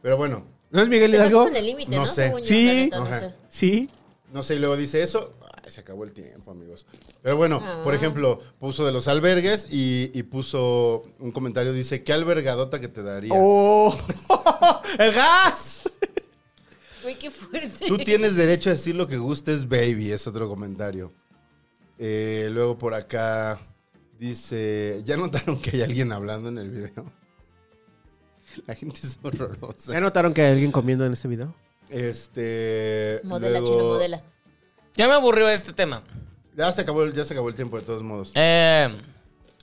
D: Pero bueno,
C: ¿No es Miguel
A: Está como
C: Hidalgo?
A: en el límite,
D: No
A: ¿no?
D: sé.
A: Según yo,
C: Sí.
A: la neta, no
D: Ajá.
A: sé.
C: Sí.
D: no sé, y luego dice eso, ay, se acabó el tiempo, amigos. Pero bueno, por ejemplo, puso de los albergues y, y puso un comentario, dice, ¿qué albergadota que te daría?
C: ¡Oh! ¡El gas!
A: Güey, qué fuerte.
D: Tú tienes derecho a decir lo que gustes, baby, es otro comentario. Eh, luego por acá dice, ¿ya notaron que hay alguien hablando en el video? La gente es
C: ¿Ya
D: horrorosa.
C: notaron que hay alguien comiendo en este video?
D: Este,
A: Modela,
D: luego-
A: chino, modela.
B: Ya me aburrió este tema.
D: Ya se, acabó, el- ya se acabó el tiempo de todos modos.
B: Eh,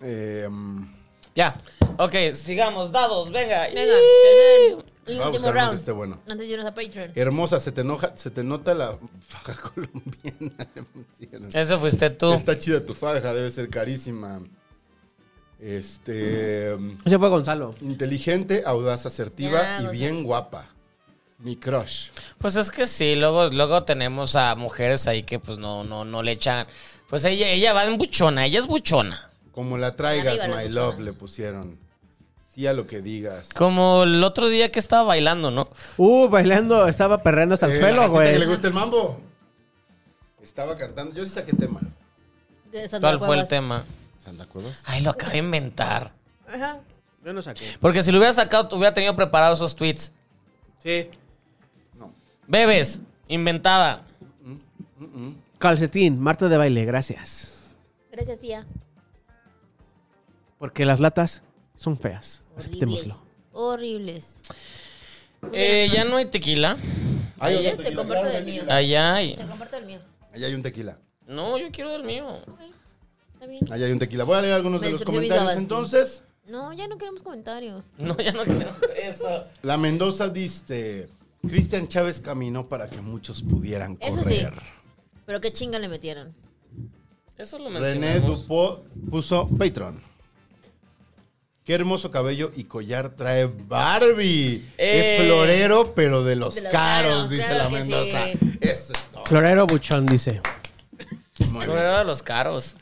D: Eh, mm,
B: ya. Ok, sigamos. Dados, venga.
A: Venga, tercer y
D: Voy a
A: último
D: buscar uno que
A: round.
C: este
D: esté bueno.
A: Antes de irnos a Patreon.
D: Hermosa, se te enoja, se te nota la faja colombiana. le pusieron.
B: Ese fuiste tú.
D: Está chida tu faja, debe ser carísima. Este... mm,
C: Ese fue Gonzalo.
D: Inteligente, audaz, asertiva
A: Ya,
D: y
A: Gonzalo.
D: bien guapa. Mi crush.
B: Pues es que sí, luego, luego tenemos a mujeres ahí que pues no, no, no le echan. Pues ella, ella va en buchona, ella es buchona.
D: Como la traigas,
A: Arriba las
D: my
A: personas.
D: love, le pusieron. Sí a lo que digas.
B: Como el otro día que estaba bailando, ¿no?
C: Uh, bailando, estaba perreando hasta el
D: Eh, la
C: suelo,
D: gatita que le
C: güey.
D: gusta el mambo. Estaba cantando. Yo sí saqué tema.
A: De Sandra
B: ¿Cuál fue el
A: Cuevas.
B: tema?
D: ¿Santa Cuevas?
B: Ay, lo acabé de inventar.
A: Ajá.
C: Yo no saqué.
B: Porque si lo hubiera sacado, te hubiera tenido preparados esos tweets.
C: Sí.
D: No.
B: Bebes, inventada.
C: Calcetín, Marta de baile, gracias.
A: Gracias, tía.
C: Porque las latas son feas.
A: Horribles.
C: Aceptémoslo.
A: Horribles.
B: Eh, ya no hay tequila.
D: Hay
A: Ahí
D: otro
A: este,
D: tequila,
A: comparto
D: claro,
A: del mío.
D: tequila.
B: Allá hay.
A: Te comparto el mío.
D: Allá hay un tequila.
B: No, yo quiero del mío.
A: Ok, está bien.
D: Allá hay un tequila. Voy a leer algunos
A: Me
D: de los
A: decepcioné,
D: comentarios.
A: Sebastián.
D: Entonces,
A: No, ya no queremos comentarios.
B: No, ya no queremos eso.
D: la Mendoza dice: Cristian Chávez caminó para que muchos pudieran correr.
A: Eso sí. Pero qué chinga le metieron.
B: Eso lo
D: René
B: mencionamos.
D: Dupo puso Patreon. Qué hermoso cabello y collar trae Barbie.
B: ¡Eh!
D: Es florero, pero de los,
A: De los
D: caros,
A: caros,
D: dice
A: claro
D: la
A: que
D: Mendoza.
A: sí.
D: Eso es todo.
C: Florero Buchón dice.
D: Muy
B: No
D: bien.
B: era de los caros.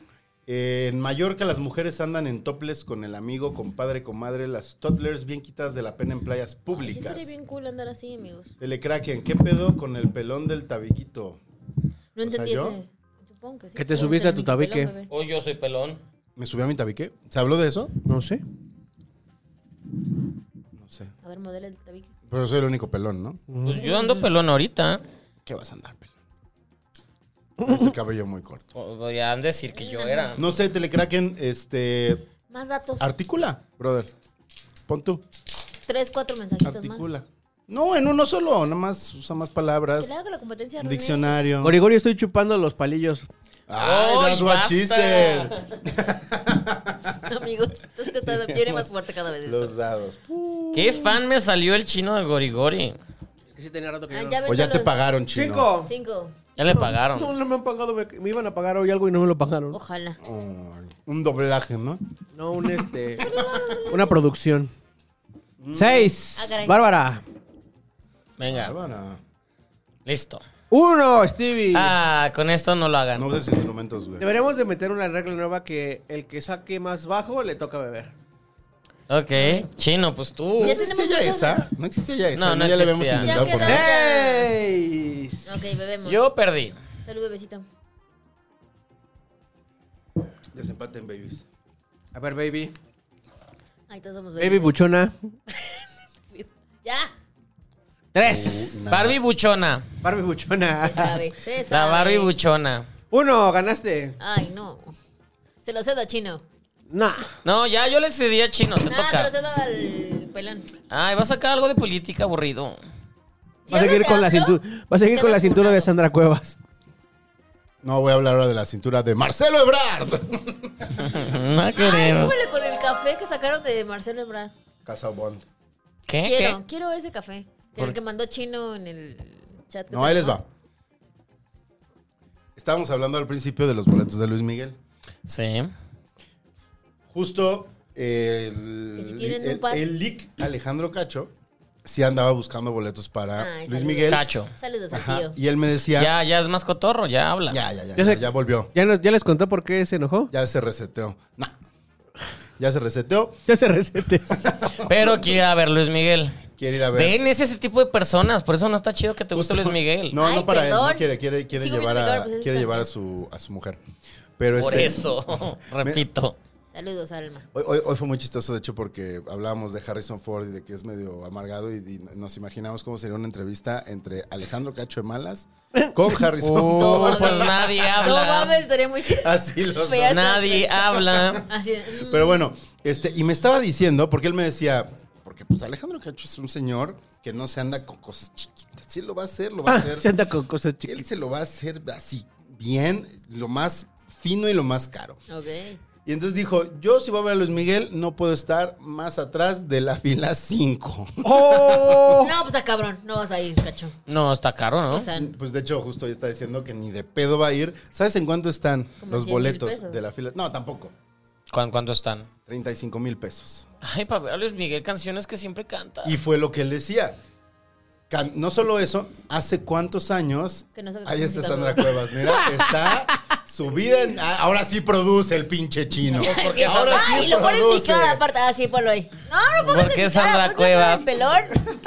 D: Eh, en Mallorca las mujeres andan en toples con el amigo, compadre, comadre, las toddlers bien quitadas de la pena en playas
A: Ay, sí
D: públicas.
A: estaría bien cool andar así, amigos.
D: Telecracken, ¿qué pedo con el pelón del tabiquito?
A: No
D: O sea,
A: entendí
D: ¿yo?
A: ese. Supongo que sí.
C: Que te
A: Uy,
C: subiste a
A: se
C: tu
A: me quitó el
C: tabique.
A: hombre.
B: Hoy yo soy pelón.
D: ¿Me subí a mi tabique? ¿Se habló de eso?
C: No sé.
D: No sé.
A: A ver, modela el tabique.
D: Pero soy el único pelón, ¿no?
B: Pues yo ando pelón ahorita.
D: ¿Qué vas a andar, pelón? Ese cabello muy corto.
B: Podrían decir que yo era.
D: No sé, Telecraken, este.
A: Más datos.
D: Articula, brother. Pon tú.
A: Tres, cuatro mensajitos
D: Articula. No, en uno solo, nada más usa más
A: más.
D: palabras.
A: Que le haga la competencia a
D: Un
A: René.
D: diccionario.
C: Origorio, estoy chupando los palillos.
D: Ay,
B: ¡Ay,
D: that's what
B: basta!
D: she said.
A: Amigos, entonces que todo viene más fuerte cada vez. Esto.
D: Los dados.
B: ¿Qué fan me salió el chino de Gorigori?
C: Es que sí tenía rato
A: Ah, ya
D: O
A: vete
D: ya
A: a
D: te
A: los-
D: pagaron, chino.
C: Cinco.
A: Cinco.
B: Ya le
C: No,
B: pagaron.
C: no me han pagado. Me, me iban a pagar hoy algo y no me lo pagaron.
A: Ojalá.
D: Ay, un doblaje, ¿no?
C: No, un este. una producción. Seis.
A: Ah, caray.
C: Bárbara.
B: Venga,
D: Bárbara.
B: listo.
C: Uno, Stevie.
B: Ah, con esto no lo hagan.
D: No uses instrumentos, güey.
C: Deberíamos de meter una regla nueva que el que saque más bajo le toca beber.
B: Ok. Chino, pues tú.
D: ¿No
A: Ya
D: existía ya
A: tenemos muchas-
D: esa? ¿No existía ya esa?
B: No, no
D: ya le habíamos
B: existía.
D: intentado
A: Ya
D: poner.
A: quedó.
C: ¡Seis!
A: Ok, bebemos.
B: Yo perdí.
A: Salud, bebecito.
D: Desempaten, babies.
C: A ver, baby.
A: Ahí todos somos
C: Baby buchona.
A: Ya.
C: Tres.
D: Una.
B: Barbie Buchona.
C: Barbie buchona.
A: Se sabe. Se sabe.
B: La Barbie Buchona.
C: Uno, ganaste.
A: Ay, no. Se lo cedo a Chino.
C: No.
B: No, ya yo le cedí a Chino, te
A: Nada, se lo
B: toca.
A: cedo al pelón.
B: Ay, va a sacar algo de política aburrido.
A: Si
C: Va a
A: hablas
C: seguir
A: de
C: con la
A: AMLO,
C: cintura. Va a seguir con la
A: quedas
C: cintura de
A: burlado.
C: Sandra Cuevas.
D: No, voy a hablar ahora de la cintura de Marcelo Ebrard.
B: No
A: Ay,
B: queremos.
A: cúbele con el café que sacaron de Marcelo Ebrard.
D: Casa Bond.
B: ¿Qué?
A: Quiero,
B: ¿Eh, ¿Qué?
A: quiero ese café.
B: ¿Por
A: El que mandó Chino en el chat. que
D: No, ahí les
A: tenemos.
D: va. Estábamos hablando al principio de los boletos de Luis Miguel.
B: Sí.
D: Justo eh,
A: Que si
D: el,
A: tienen un
D: el-
A: par.
D: el leak Alejandro Cacho sí andaba buscando boletos para
A: Ay,
D: Luis
A: saludos.
D: Miguel.
B: Cacho.
A: Saludos al
D: Ajá,
A: tío.
D: y él me decía, ya,
B: Ya, ya es más cotorro, ya habla.
D: ya, ya, ya,
C: Ya sé-
D: ya volvió.
C: ¿Ya, nos- ¿Ya les contó por qué se enojó?
D: Ya se reseteó. Nah. Ya se reseteó.
C: Ya se resete.
B: Pero quiere a ver Luis Miguel.
D: Quiere ir a ver.
B: Ven, es ese tipo de personas. Por eso no está chido que te guste Luis Miguel.
D: No,
A: Ay,
D: no para él.
A: perdón.
D: No quiere, quiere, quiere
A: Sigo
D: llevar,
A: viendo
D: a,
A: Miguel, pues,
D: quiere
A: está
D: llevar a
A: bien.
D: su, a su mujer. Pero
B: Por
D: este,
B: eso. Repito.
A: Saludos, Alma.
D: Hoy, hoy- hoy fue muy chistoso, de hecho, porque hablábamos de Harrison Ford y de que es medio amargado y, y nos imaginamos cómo sería una entrevista entre Alejandro Cacho de Malas con Harrison
A: No
D: Ford.
A: mames.
B: pues nadie habla.
A: No mames, estaría muy
D: Así los dos.
A: Fea.
B: Nadie habla.
A: Así de, mm,
D: Pero bueno, este, y me estaba diciendo, porque él me decía, porque pues Alejandro Cacho es un señor que no se anda con cosas chiquitas. Sí lo va a hacer, lo va a
C: Ah,
D: hacer.
C: se anda con cosas
D: Él
C: chiquitas.
D: se lo va a hacer así, bien, lo más fino y lo más caro.
A: Ok.
D: Y entonces dijo, yo si voy a ver a Luis Miguel, no puedo estar más atrás de la fila 5.
C: ¡Oh!
A: No, pues está cabrón. No vas a ir, cacho.
B: No, está caro, ¿no?
A: O sea,
D: Pues de hecho, justo hoy está diciendo que ni de pedo va a ir. ¿Sabes en cuánto están
A: Como
D: los
A: 100,000
D: boletos
A: pesos.
D: de la fila? No, tampoco.
B: ¿Cuán- ¿Cuánto están?
D: 35 mil pesos.
B: Ay, para ver a Luis Miguel canciones que siempre canta.
D: Y fue lo que él decía. Can- No solo eso, hace cuántos años.
A: Que no saca
D: ahí está
A: música
D: Sandra
A: nueva.
D: Cuevas. Mira, está subida en. ah, Ahora sí produce el pinche chino.
A: Pues
B: porque
D: ahora
A: Ay,
D: sí
A: Ah, lo pones
D: produce.
A: mi cara aparte. Ah, sí, ponlo ahí. No, no pones
B: ¿Por qué
A: mi
B: Sandra
A: cara. ¿por qué
B: Cuevas?
A: pones pelón?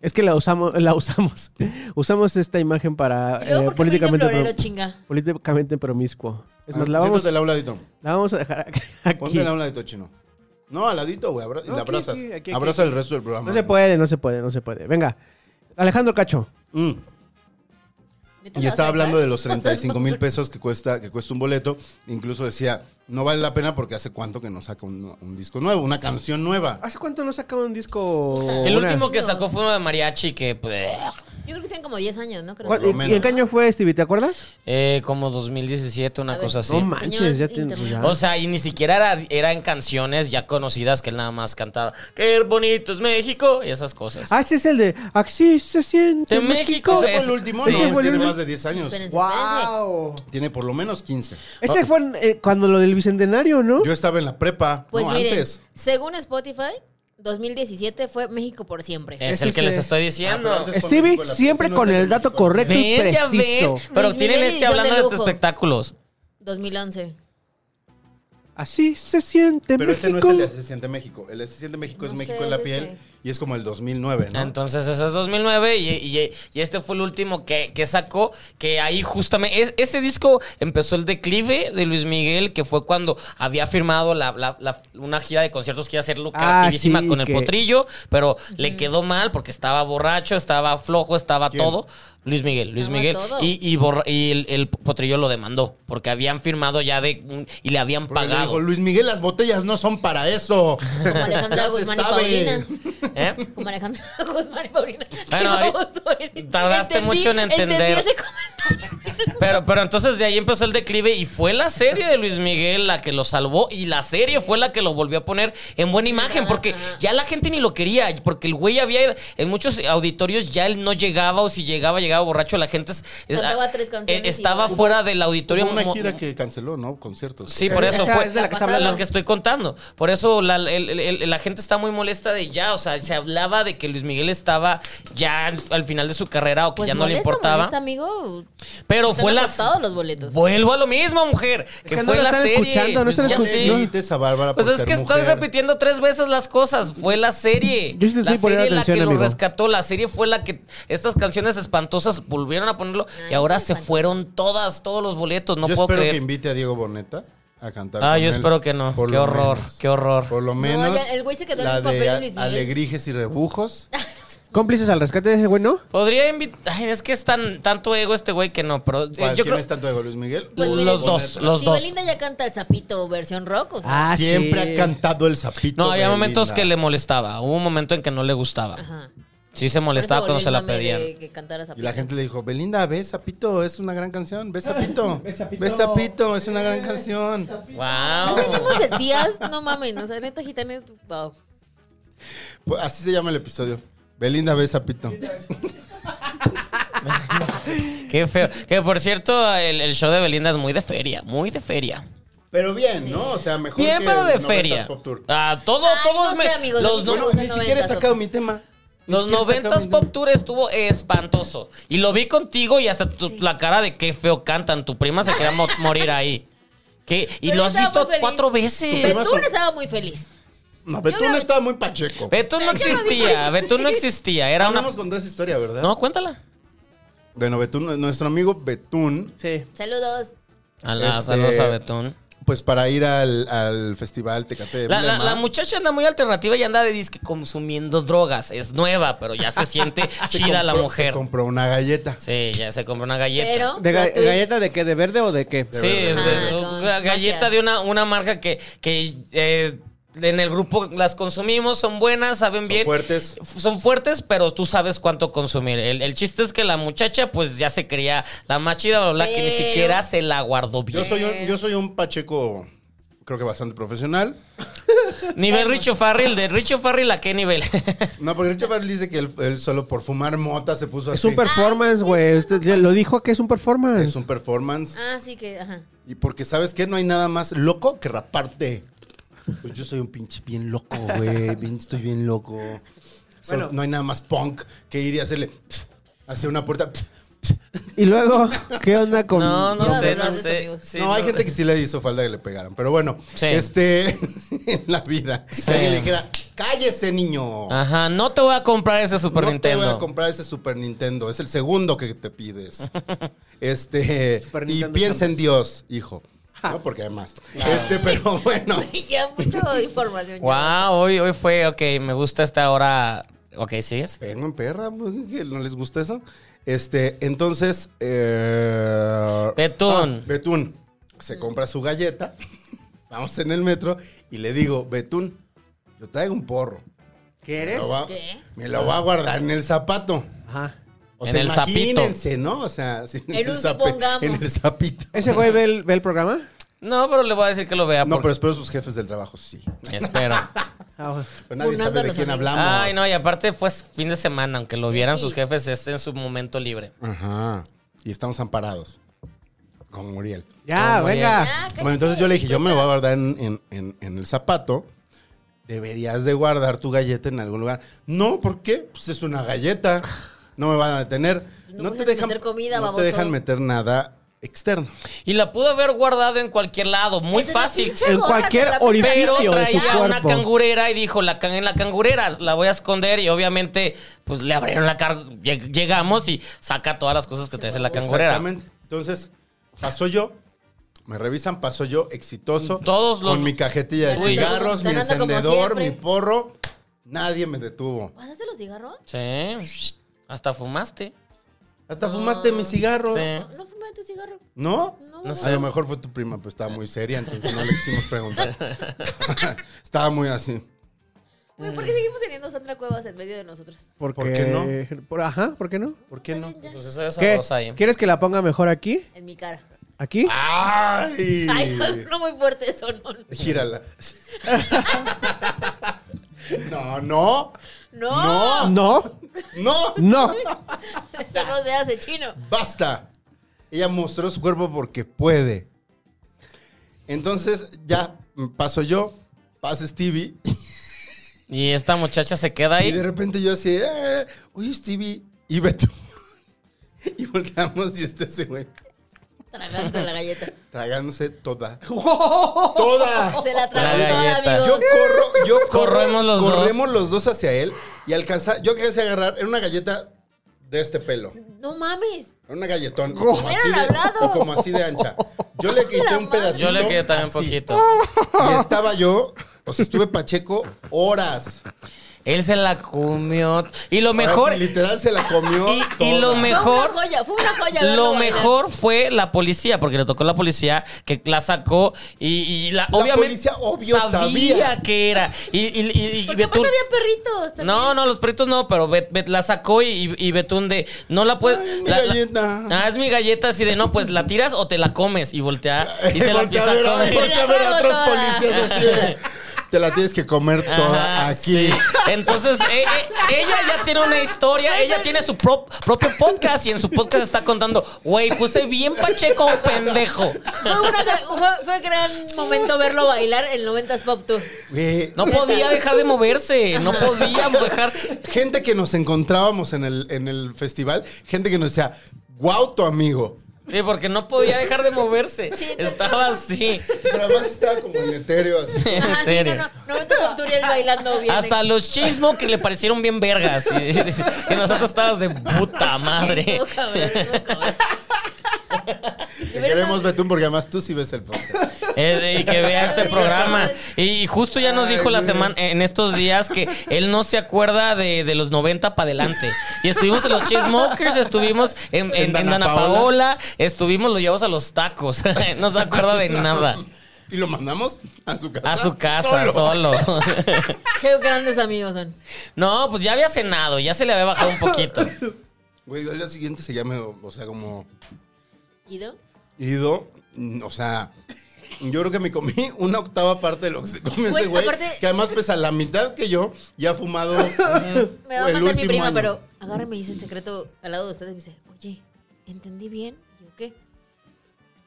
C: Es que la usamos, la usamos. Usamos esta imagen para
A: Y luego,
C: eh,
A: ¿por
C: políticamente,
A: qué políticamente florero,
C: pro-
A: chinga?
C: políticamente promiscuo. Es más, la
D: Ah,
C: vamos,
D: siéntate a un ladito.
C: la vamos a dejar aquí.
D: Póntela a un ladito chino. No, al ladito, güey. abra- y
C: No,
D: la
C: aquí,
D: abrazas.
C: aquí, aquí,
D: Abraza el resto del programa.
C: No se puede, no se puede, no se puede. Venga, Alejandro Cacho.
D: Mm.
A: ¿Neta
D: Y
A: lo vas
D: estaba
A: a
D: hablando
A: dejar?
D: de los 35
A: O
D: mil
A: sea,
D: pesos que cuesta, que cuesta un boleto. Incluso decía, no vale la pena porque hace cuánto que no saca un, un disco nuevo, una canción nueva.
C: ¿Hace cuánto no sacaba un disco?
B: El
C: Una-
B: último que
A: No.
B: sacó fue uno de mariachi que... pues,
A: no. Yo creo que tienen como 10 años, ¿no? Creo.
C: ¿Cuál-
D: Por lo
C: ¿Y, y
D: menos.
C: en qué año fue, Stevie? ¿Te acuerdas?
B: eh, como 2017, una
A: A ver.
B: cosa así.
C: No manches,
A: Señor
C: ya te- pues ya.
B: O sea, y ni siquiera era, era en canciones ya conocidas que él nada más cantaba. ¡Qué bonito es México! Y esas cosas.
C: Ah, ese es el de Así se siente
B: De México.
C: México.
B: es-
D: ¿Ese fue el último?
B: sí.
D: no,
C: Ese
D: pues
C: fue el
D: tiene
C: último.
D: más de 10 años.
A: Espérense, espérense.
C: ¡Wow!
D: Tiene por lo menos 15.
C: Ese fue eh, cuando lo del Bicentenario, ¿no?
D: Yo estaba en la prepa,
A: Pues
D: no
A: miren,
D: antes.
A: según Spotify, 2017 fue México por siempre.
B: es
C: ese
B: el que
C: es
B: les
C: el-
B: estoy
D: Ah,
B: diciendo.
D: pero antes-
C: Stevie
D: Con la-
C: siempre
D: con
C: con
D: la-
C: el dato correcto y
B: Ven, ya ven.
C: preciso.
B: Pero
A: Luis
B: tienen
A: Miguel
B: este
A: edición
B: hablando
A: de
B: de, estos
A: lujo.
B: espectáculos.
A: 2011.
C: Así se siente
D: Pero ese no es
C: México.
D: el de Se siente México. El de Se siente México es
A: No
D: México
A: sé,
D: en la
A: es
D: piel
A: este.
D: y es como el 2009, ¿no?
B: Entonces, ese es 2009 y, y- y este fue el último que, que sacó, que ahí justamente, es- ese disco empezó el declive de Luis Miguel, que fue cuando había firmado la, la- la- una gira de conciertos que iba a ser
D: Ah,
B: lucrativísima
C: sí,
B: con el
C: que-
B: potrillo, pero le quedó mal porque estaba borracho, estaba flojo, estaba
D: ¿Quién?
B: todo. Luis Miguel, Luis
A: Estaba
B: Miguel.
A: todo.
B: Y, y borra- y el, el potrillo lo demandó, porque habían firmado ya de un- y le habían
D: Porque le
B: pagado.
D: dijo, Luis Miguel, las botellas no son para eso.
A: Como Alejandra
D: Ya se
A: Guzmán y
D: sabe.
A: Paulina.
B: ¿Eh?
A: Como Alejandra Guzmán y Paulina.
B: Bueno,
A: Qué baboso eres.
B: tardaste mucho en entender.
A: Entendí ese comentario.
B: Pero, pero entonces de ahí empezó el declive y fue la serie de Luis Miguel la que lo salvó y la serie fue la que lo volvió a poner en buena imagen porque ya la gente ni lo quería, porque el güey había, en muchos auditorios ya él no llegaba o si llegaba, llegaba borracho, la gente es- es-
A: Cantaba tres canciones
B: eh, estaba
A: y-
B: fuera del auditorio.
D: Hubo una
B: mo-
D: gira que canceló, ¿no? Conciertos. Eh,
B: Sí, por eso
C: Esa
B: fue
C: es de la que está
A: hablando.
B: lo que estoy contando. Por eso la, el- el- el- la gente está muy molesta de ya, o sea, se hablaba de que Luis Miguel estaba ya al, al final de su carrera o que
A: Pues
B: ya no
A: molesta,
B: le importaba.
A: molesta, amigo.
B: Pero fue la
A: todos los boletos.
B: Vuelvo a lo mismo, mujer. Que,
C: que no
B: fue
C: la
B: la
C: están
B: serie.
C: escuchando, no están
B: ya
D: Ya
C: escuchando.
B: sé.
C: No.
D: a Bárbara
B: Pues
D: por
B: es
D: ser
B: que estoy
D: mujer.
B: repitiendo tres veces las cosas. Fue la serie.
C: Yo sí te estoy poniendo
B: la serie la que
C: atención,
B: lo
C: amigo.
B: rescató. La serie fue la que estas canciones espantosas volvieron a ponerlo. y
C: Ah,
A: Ay,
B: ahora
A: sí,
B: se
A: espantosas.
B: fueron todas, todos los boletos. No
D: yo
B: puedo
D: espero
B: creer.
D: que invite a Diego Boneta a cantar.
B: Ah,
D: con
B: yo
D: él.
B: espero que no.
D: Por
B: Qué
D: lo
B: horror,
D: menos.
B: qué horror.
D: Por lo menos.
A: ya, el güey se quedó en
D: la
A: el papel de
D: de
A: Luis Miguel.
D: Alegrijes y Rebujos.
C: Cómplices al rescate de ese güey, ¿no?
B: Podría invitar. Ay, es que es tan, tanto ego este güey que no, pero eh,
D: ¿Cuál?
B: yo
D: ¿Quién
B: creo.
D: es tanto Diego Luis Miguel?
A: Pues mira,
B: los
A: si-
B: dos, los
A: si
B: dos.
A: Belinda ya canta el sapito versión rock, o sea.
C: Ah,
D: Siempre
C: sí.
D: ha cantado el sapito.
B: No, había
D: Belinda.
B: momentos que le molestaba. Hubo un momento en que no le gustaba.
A: Ajá.
B: Sí se molestaba
A: Por
B: cuando
A: eso
B: se la
A: volvió el mame de
B: pedían.
A: que cantara
D: Y
A: sapito.
D: la gente le dijo, Belinda, ve Sapito, es una gran canción, ve Sapito, ve Sapito, es una gran canción.
A: No
B: Wow.
A: tenemos de tías, no mamen, o sea, neta gitana, wow.
D: Pues Así se llama el episodio. Belinda, ve Sapito.
B: Qué feo. Que por cierto, el, el show de Belinda es muy de feria, muy de feria.
D: Pero bien, ¿no? O sea, mejor
B: Bien,
D: que
B: pero de
D: los 90s
B: feria.
D: Pop Tour.
B: Ah, todo,
A: Ay,
B: todos
A: no
B: me-
A: sé, amigos, a
B: los
A: mí me
B: no-
D: Bueno,
A: gusta
D: ni
A: el
D: siquiera he
A: 90s.
D: sacado mi tema. Ni
B: los
D: siquiera he sacado
B: 90s
D: mi
B: Pop
D: tema.
B: Tour estuvo espantoso. Y lo vi contigo y hasta tu- la cara de qué feo cantan. Tu prima se quería mo- morir ahí. ¿Qué? Y
A: Pero
B: lo
A: yo estaba
B: has visto
A: muy feliz.
B: cuatro
D: prima
B: veces.
D: Vas
A: Betún
D: a-
A: estaba muy feliz.
D: No, Betún estaba muy pacheco.
B: Betún
A: Yo
B: no
A: lo vi.
B: existía, Betún no existía. Era una...
D: Hablamos con toda esa historia, ¿verdad?
B: No, cuéntala.
D: Bueno, Betún, nuestro amigo Betún,
C: Sí.
A: Saludos.
B: A la,
D: Este-
B: Saludos a Betún.
D: pues para ir al, al festival Tecate de
B: La, la-
D: Emblema,
B: la muchacha anda muy alternativa y anda de disque consumiendo drogas. Es nueva, pero ya se siente
D: se
B: chida la
D: compró-
B: mujer.
D: pues, Se compró una galleta.
B: Sí, ya se compró una galleta.
A: Pero
C: ¿De ga-
A: plot twist,
C: galleta de qué? ¿De verde o de qué?
B: pues, sí,
D: verdad.
B: es de-
A: Ah,
B: una
A: con
B: galleta
A: magia.
B: de una, una marca que, que eh, en el grupo las consumimos, son buenas, saben
D: Son
B: bien.
D: fuertes.
B: F- Son fuertes, pero tú sabes cuánto consumir. El, el chiste es que la muchacha, pues ya se creía la más chida, bla, bla, que ni
A: Pero-
B: siquiera se la guardó bien.
D: Yo soy, un, yo soy un pacheco, creo que bastante profesional.
B: Nivel Richo Farrell, de Richo Farrell a qué nivel.
D: No, porque Richard Farrell dice que él, él solo por fumar mota se puso
C: Es
D: así.
C: un
B: Ah,
C: performance, güey. Usted ya lo dijo que es un performance.
D: Es un performance.
A: Ah, sí que, ajá.
D: Y porque sabes que no hay nada más loco que raparte. Pues yo soy un pinche bien loco, güey. bien- estoy bien loco. So,
C: Bueno.
D: no hay nada más punk que ir y hacerle hacia una puerta.
C: Y luego, ¿qué onda con.?
B: No, no
A: Yo
B: sé,
A: de
B: no
A: verdad,
B: sé.
A: amigos.
B: Sí,
D: no, hay gente que sí le hizo falta que le pegaran. Pero bueno,
B: Sí.
D: este en la vida. Si alguien le dijera, cállese, niño.
B: Ajá, no te voy a comprar ese Super
D: no
B: Ah, Nintendo.
D: te voy a comprar ese Super Nintendo. Es el segundo que te pides. Este.
C: Super
D: y
C: Nintendo
D: piensa en Dios, hijo. ¿No? Porque además. Este, pero bueno.
A: Ya mucha información. ya.
B: Wow, hoy, hoy fue, ok, me gusta esta hora. Ok, ¿sigues?
D: Vengo en perra, pues, que ¿no les gusta eso? Este, entonces. eh,
B: Betún.
D: ah, Betún se compra su galleta. Vamos en el metro y le digo, Betún, yo traigo un porro. Me
C: ¿Quieres?
D: lo va,
A: ¿Qué?
D: me lo va a guardar en el zapato.
C: Ajá.
D: O
B: En
D: sea,
B: el sapito.
D: imagínense, ¿no? O sea, sí, en,
A: En
D: el
A: un
D: zape-
A: supongamos.
D: en el zapito.
C: ¿Ese güey ve el, ve el programa?
B: No, pero le voy a decir que lo vea.
D: No, pero
B: porque-
D: espero sus jefes del trabajo, sí.
B: Espero.
C: Ah, bueno.
D: Pero nadie
A: Funando a
D: sabe de
A: los
D: quién
A: amigos.
D: hablamos.
B: Ay, no, y aparte fue fin de semana, aunque lo vieran sus
A: Sí.
B: jefes, es en su momento libre.
D: Ajá. Y estamos amparados. Con Muriel.
C: Ya,
B: No,
C: venga.
A: Ya, ah, cállate.
D: Bueno, entonces yo le dije, yo me lo voy a guardar en, en- en- en el zapato. Deberías de guardar tu galleta en algún lugar. No, ¿por qué? Pues es una galleta. No me van a detener.
A: No
D: No,
A: puedes
D: te dejan
A: meter comida,
D: no
A: baboso.
D: te dejan meter nada externo.
B: Y la pudo haber guardado en cualquier lado, muy
A: Esa es la
B: fácil.
A: pinche
C: En
A: gorra
C: cualquier
A: de
C: ori-
A: la-
B: Pero
C: orificio de su
B: traía una
C: cuerpo.
B: cangurera y dijo, la can en la cangurera la voy a esconder y obviamente pues le abrieron la carga, llegamos y saca todas las cosas que traes en la cangurera.
D: Exactamente. Entonces, paso yo. Me revisan, paso yo, exitoso.
B: Todos los-
D: Con mi cajetilla de
A: Uy,
D: cigarros, mi
A: ganando como
D: encendedor, mi
A: siempre.
D: porro. Nadie me detuvo.
A: ¿Pasaste los cigarros?
B: Sí, hasta fumaste.
D: Hasta fumaste mis cigarros.
B: Sí.
A: No, no fumé tu cigarro.
D: ¿No?
A: No.
D: A lo mejor fue tu prima, pero estaba muy seria, entonces no le quisimos preguntar. estaba muy así.
A: Güey, ¿por qué seguimos teniendo Sandra Cuevas en medio de nosotros?
C: Porque,
D: ¿Por qué no?
C: por- ajá, ¿por qué no?
D: ¿Por qué no?
A: Está bien ya,
B: Pues esa es
C: ¿Qué?
B: sabrosa ahí.
C: ¿Quieres que la ponga mejor aquí?
A: En mi cara.
C: ¿Aquí?
D: ¡Ay!
A: Ay, pues, no, es no muy fuerte eso, no.
D: Gírala. no, no.
A: No,
C: No,
D: No.
C: no.
A: eso no se hace chino.
D: Basta. Ella mostró su cuerpo porque puede. Entonces, ya paso yo, pasa Stevie.
B: Y esta muchacha se queda
D: Y de
B: ahí.
D: repente yo así, eh, oye Stevie, y ve tú. Y volteamos y este se güey
A: Tragándose la galleta.
D: tragándose toda. ¡Toda!
A: Se la tragó
B: La
A: toda,
B: galleta.
A: amigos.
D: Yo corro, yo corro.
B: Corremos los dos.
D: corremos los dos hacia él y alcanza. Yo quise agarrar, era una galleta de este pelo.
A: No mames.
D: Era una galletón. Como
A: Hubieran
D: así, de,
A: hablado.
D: como así de ancha. Yo le quité
A: La
D: un
A: madre.
D: pedacito.
B: Yo le quedé también
D: así.
B: poquito.
D: Y estaba yo, o sea, estuve Pacheco horas.
B: Él se la comió. Y lo mejor.
D: Ahora sí, Literal se la comió.
B: Y- y lo
D: toda.
B: me-
A: Fue
B: Mejor-
A: una joya, fue una joya. verlo
B: Lo
A: bailar.
B: mejor fue la policía, porque le tocó la policía que la sacó y, y la, obviamente
D: policía, obvio, sabía.
B: que era. Y, y- y- y
A: Porque
B: Betún-
A: aparte había perritos también.
B: no, no, los perritos no, pero Bet- Bet la sacó y, y- y Betún de no la puedes.
D: Ay, mi
B: la- la-
D: galleta.
B: ah, es mi galleta así de no, pues la tiras o te la comes y voltea Ah, y se la
D: Porque
B: empieza
D: a ver,
B: a
D: a ver,
B: comer.
D: porque a ver a otros
A: Toda.
D: policías así. de, Te la tienes que comer toda
B: Ajá,
D: aquí.
B: sí. Entonces, eh, eh, ella ya tiene una historia, ella tiene su pro- propio podcast y en su podcast está contando, güey, puse bien pacheco a un pendejo.
A: Fue, una gran- fue, fue gran momento verlo bailar en 90s Pop Tour.
D: Güey,
B: No podía dejar de moverse, no podía dejar.
D: Gente que nos encontrábamos en el, en el festival, gente que nos decía, wow, tu amigo.
B: Sí, porque no podía dejar de moverse.
A: Sí, no.
B: Estaba así.
D: Pero además estaba como en etéreo así.
A: Ajá, sí, no, no. 90s Pop Tour y él bailando bien.
B: Hasta los chismos que le parecieron bien vergas. Y, y nosotros estábamos de puta madre.
A: Estuvo cabrón, estuvo cabrón.
D: Te queremos, Betún, porque además tú sí ves el podcast.
B: Eh, Y que vea este programa. Y justo ya nos dijo la semana, en estos días, que él no se acuerda de, de los 90 para adelante. Y estuvimos en los Cheesemokers, estuvimos en, en, en Dana Paola. estuvimos, lo llevamos a los tacos. No se acuerda de nada.
D: Y lo mandamos a su casa.
B: A su casa, solo.
A: Qué grandes amigos son.
B: No, pues ya había cenado, ya se le había bajado un poquito.
D: Güey, al día siguiente se llama, o sea, como
A: ¿Ido?
D: ido. mm, O sea, yo creo que me comí una octava parte de lo que se come
A: Güey,
D: ese güey.
A: aparte-
D: Que además pesa la mitad que yo y ha fumado.
A: Me va a matar
D: el
A: mi
D: último
A: prima,
D: año.
A: pero agarra y me dice en secreto al lado de ustedes. Me dice, oye, ¿entendí bien? Y yo, ¿qué?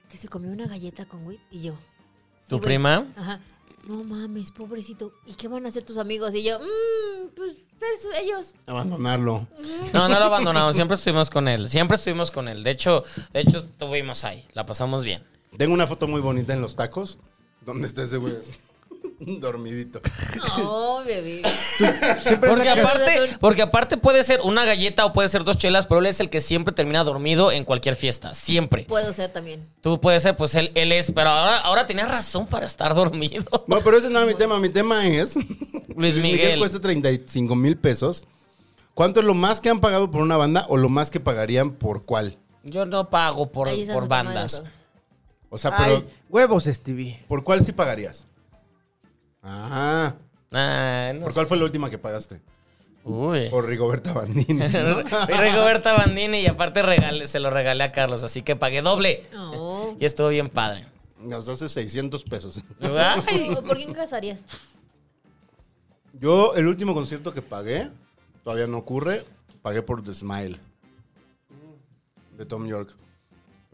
A: Que se comió una galleta con weed. Y yo. "Sí,
B: ¿Tu
A: güey".
B: prima?
A: Ajá. No mames, pobrecito. ¿Y qué van a hacer tus amigos? Y yo, mmm, pues ser su- ellos.
D: Abandonarlo.
B: No, no lo abandonamos, siempre estuvimos con él, siempre estuvimos con él. De hecho, de hecho estuvimos ahí, la pasamos bien.
D: Tengo una foto muy bonita en los tacos. Donde está ese güey así, dormidito.
A: No, bebé.
C: Siempre
B: Porque
C: sacas-
B: aparte, porque aparte puede ser una galleta o puede ser dos chelas, pero él es el que siempre termina dormido en cualquier fiesta, siempre.
A: Puedo ser también.
B: Tú puedes ser, pues él, él es, pero ahora, ahora tenía razón para estar dormido.
D: No, pero ese no es mi tema. Mi tema es.
B: Luis Miguel.
D: cuesta 35 mil pesos. ¿Cuánto es lo más que han pagado por una banda o lo más que pagarían por cuál?
B: Yo no pago por,
A: Ahí está
B: por
A: su tema de
B: bandas.
A: todo.
D: O sea, pero
C: Ay, huevos, Stevie.
D: ¿por cuál sí pagarías? Ah,
B: Ay, no
D: ¿por
B: sé.
D: cuál fue la última que pagaste?
B: Uy.
D: Por Rigoberta Bandini. ¿no?
B: Rigoberta Bandini y aparte regalé- se lo regalé a Carlos, así que pagué doble.
A: No.
B: Y estuvo bien padre.
D: Gastaste 600 pesos.
B: Ay.
A: ¿Por quién casarías?
D: Yo, el último concierto que pagué, todavía no ocurre, pagué por The Smile de Tom York.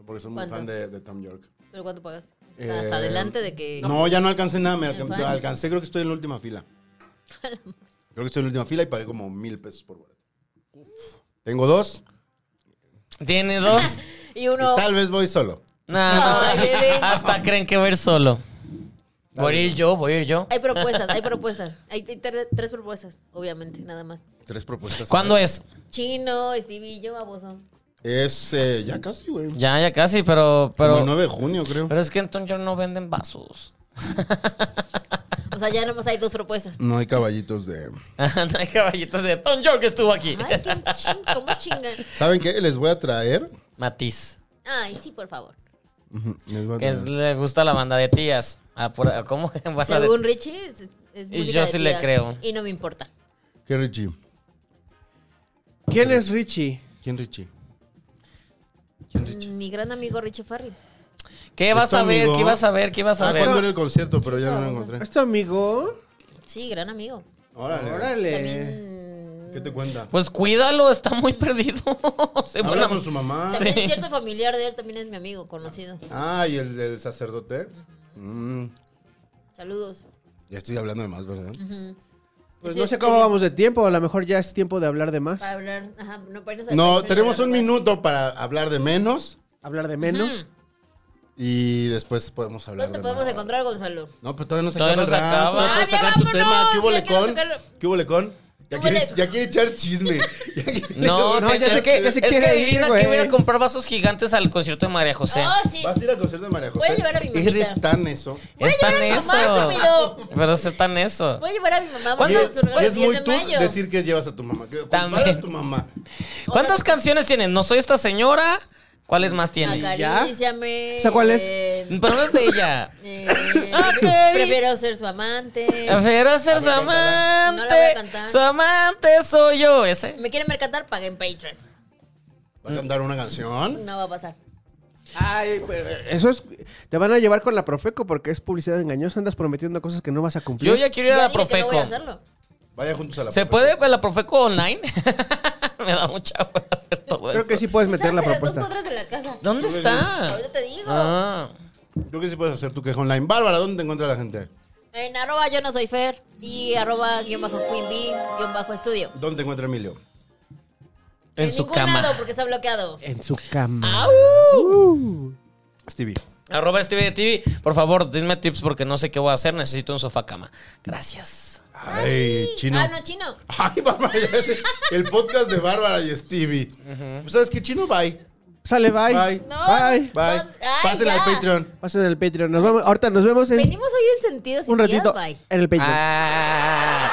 D: Porque soy muy
A: ¿Cuánto?
D: fan de, de Tom York.
A: ¿Pero cuánto pagaste? Hasta,
D: Eh,
A: hasta adelante de que.
D: No, ya no alcancé nada. Me
A: El
D: alcan-
A: fan.
D: alcancé, creo que estoy en la última fila. Creo que estoy en la última fila y pagué como mil pesos por boleto. Tengo dos.
B: Tiene dos.
A: Y
D: y
A: uno.
D: tal vez voy solo.
B: No,
A: Ay,
B: no.
A: bebé.
B: Hasta creen que voy a ir solo. Voy a ir yo, voy a ir yo.
A: Hay propuestas, hay propuestas. Hay t- tre- tres propuestas, obviamente, nada más.
D: Tres propuestas.
B: ¿Cuándo es?
A: Chino, Stevie, yo, baboso.
D: Es eh, ya casi, güey.
B: Ya, ya casi, pero.
D: Pero,
B: Pero,
D: 9 de junio, creo.
B: pero es que entonces no venden vasos.
A: O sea, ya nomás hay dos propuestas.
D: No hay caballitos de.
B: Ah, No Hay caballitos de Tom York estuvo aquí.
A: Ay, qué ching, cómo chingan.
D: ¿Saben qué? Les voy a traer.
B: Matiz.
A: Ay, sí, por favor.
D: Ujú, les voy a
B: Que es-
D: tener.
B: le gusta la banda de tías. Ah, por- ¿Cómo? Banda de-
A: Según Richie, es, es
B: Y
A: música
B: yo
A: de
B: sí le
A: tías,
B: creo.
A: Y no me importa.
D: ¿Qué Richie?
C: ¿Quién es Richie?
D: ¿Quién Richie? ¿Quién
B: Mm,
D: Richie?
A: Mi gran amigo Richie Farrell.
B: ¿Qué vas
D: ¿Es tu
B: a ver?
D: amigo?
B: ¿Qué vas a ver? ¿Qué vas a
D: Ah, cuando
B: ver?
D: era el concierto, pero
A: Sí,
D: ya no lo
A: vamos a-
D: encontré.
B: Pues,
C: ¿Es tu amigo?
A: Sí, gran amigo.
D: Órale.
C: Órale.
A: También.
D: ¿Qué te cuenta?
B: Pues eh, cuídalo, está muy perdido. Se
D: Habla
B: vuela-
D: con su mamá.
A: También cierto familiar de él también es mi amigo, conocido.
D: Ah, y el del sacerdote. Mm,
A: Saludos.
D: ya estoy hablando de más, ¿verdad?
C: Pues
A: Eso
C: no
A: es
C: sé cómo
A: que-
C: vamos de tiempo, a lo mejor ya es tiempo de hablar de más.
A: Para hablar. Ajá, no, para irnos al
D: No,
A: final,
D: tenemos
A: para
D: un
A: hablar.
D: minuto para hablar de menos
C: Hablar de menos.
D: y después podemos hablar
A: ¿Dónde te
D: de
A: podemos
D: más.
A: encontrar, Gonzalo?
D: No, pues todavía no se
B: Todavía no se
D: acaba el rato.
B: acaba.
D: Puedes
A: Ah, ya
D: sacar tu
A: vámonos,
D: tema. ¿Qué hubo
A: ya
D: le
A: quiero
D: con?
A: sacarlo.
D: ¿Qué hubo le con? Ya
A: ¿Qué
D: quiere,
A: huele?
D: ya quiere echar chisme. Ya quiere-
B: No,
C: No,
B: te-
C: ya
B: es,
C: se-
B: que,
C: ya se
B: es que
C: quiere ir,
B: adivina
C: güey.
B: que iba a ir a comprar vasos gigantes al concierto de María José.
A: Oh, sí.
D: ¿Vas a ir al concierto de María José?
A: Voy a llevar a mi mamita.
D: Eres tan eso.
B: Es tan
A: a mi
B: eso.
A: mamá, rápido.
B: Pero es tan eso.
A: Voy a llevar a mi mamá.
B: ¿Cuándo-
A: porque su
D: Y es,
A: regalo
D: y
A: es
D: es
A: 10
D: muy
A: de
D: tú
A: mayo.
D: decir que llevas a tu mamá. Que compara
B: También.
D: a tu mamá.
B: ¿Cuántas canciones tienen? No soy esta señora. ¿Cuáles más tiene?
A: Acaríciame.
C: ¿Esa cuál es?
A: eh,
B: Pero no es de ella.
A: eh,
B: Acarici-
A: prefiero ser su amante.
B: Prefiero ser su amante.
A: No la voy a cantar.
B: Su amante soy yo. Ese.
A: ¿Me quieren mercantar? Paguen Patreon.
D: ¿Va a cantar una canción?
A: No va a pasar.
C: Ay, pero eso es. Te van a llevar con la Profeco porque es publicidad engañosa. Andas prometiendo cosas que no vas a cumplir.
B: Yo ya quiero ir a
A: Ya
B: la
A: dije que no voy a
B: Profeco.
A: hacerlo.
D: Vaya juntos a la
B: ¿Se
D: puerta.
B: puede ver la Profeco online? Me da mucha hora hacer todo
C: Creo
B: eso.
C: que sí puedes meter
A: Estás
C: la
A: a dos
C: propuesta.
A: cuadras de la casa.
B: ¿Dónde está?
A: Ahorita te digo.
B: Ah.
D: Creo que sí puedes hacer tu queja online. Bárbara, ¿dónde te encuentra la gente?
A: En arroba yo no soy Fer y arroba guión bajo Queen Bee, guión bajo estudio.
D: ¿Dónde te encuentra Emilio?
B: En su
A: ningún
B: cama.
A: lado porque está bloqueado.
C: En su cama. Uh.
D: Stevie.
B: Arroba Stevie de TV. Por favor, dime tips porque no sé qué voy a hacer. Necesito un sofá cama. Gracias.
D: Ay,
B: Eh,
D: chino.
A: Ah, no, chino.
D: Ay, Bárbara, ya sé. El podcast de Bárbara y Stevie. Pues, ¿Sabes qué, chino? Bye.
C: Sale, bye.
D: Bye.
A: No.
C: Bye.
D: Bye.
A: Ay,
D: Pásenla
A: ya.
D: al Patreon.
C: Pasen al Patreon. Nos vamos, ahorita nos vemos en
A: Venimos hoy en sentido sin
C: un ratito
A: Bye.
C: en el Patreon.
B: Ah.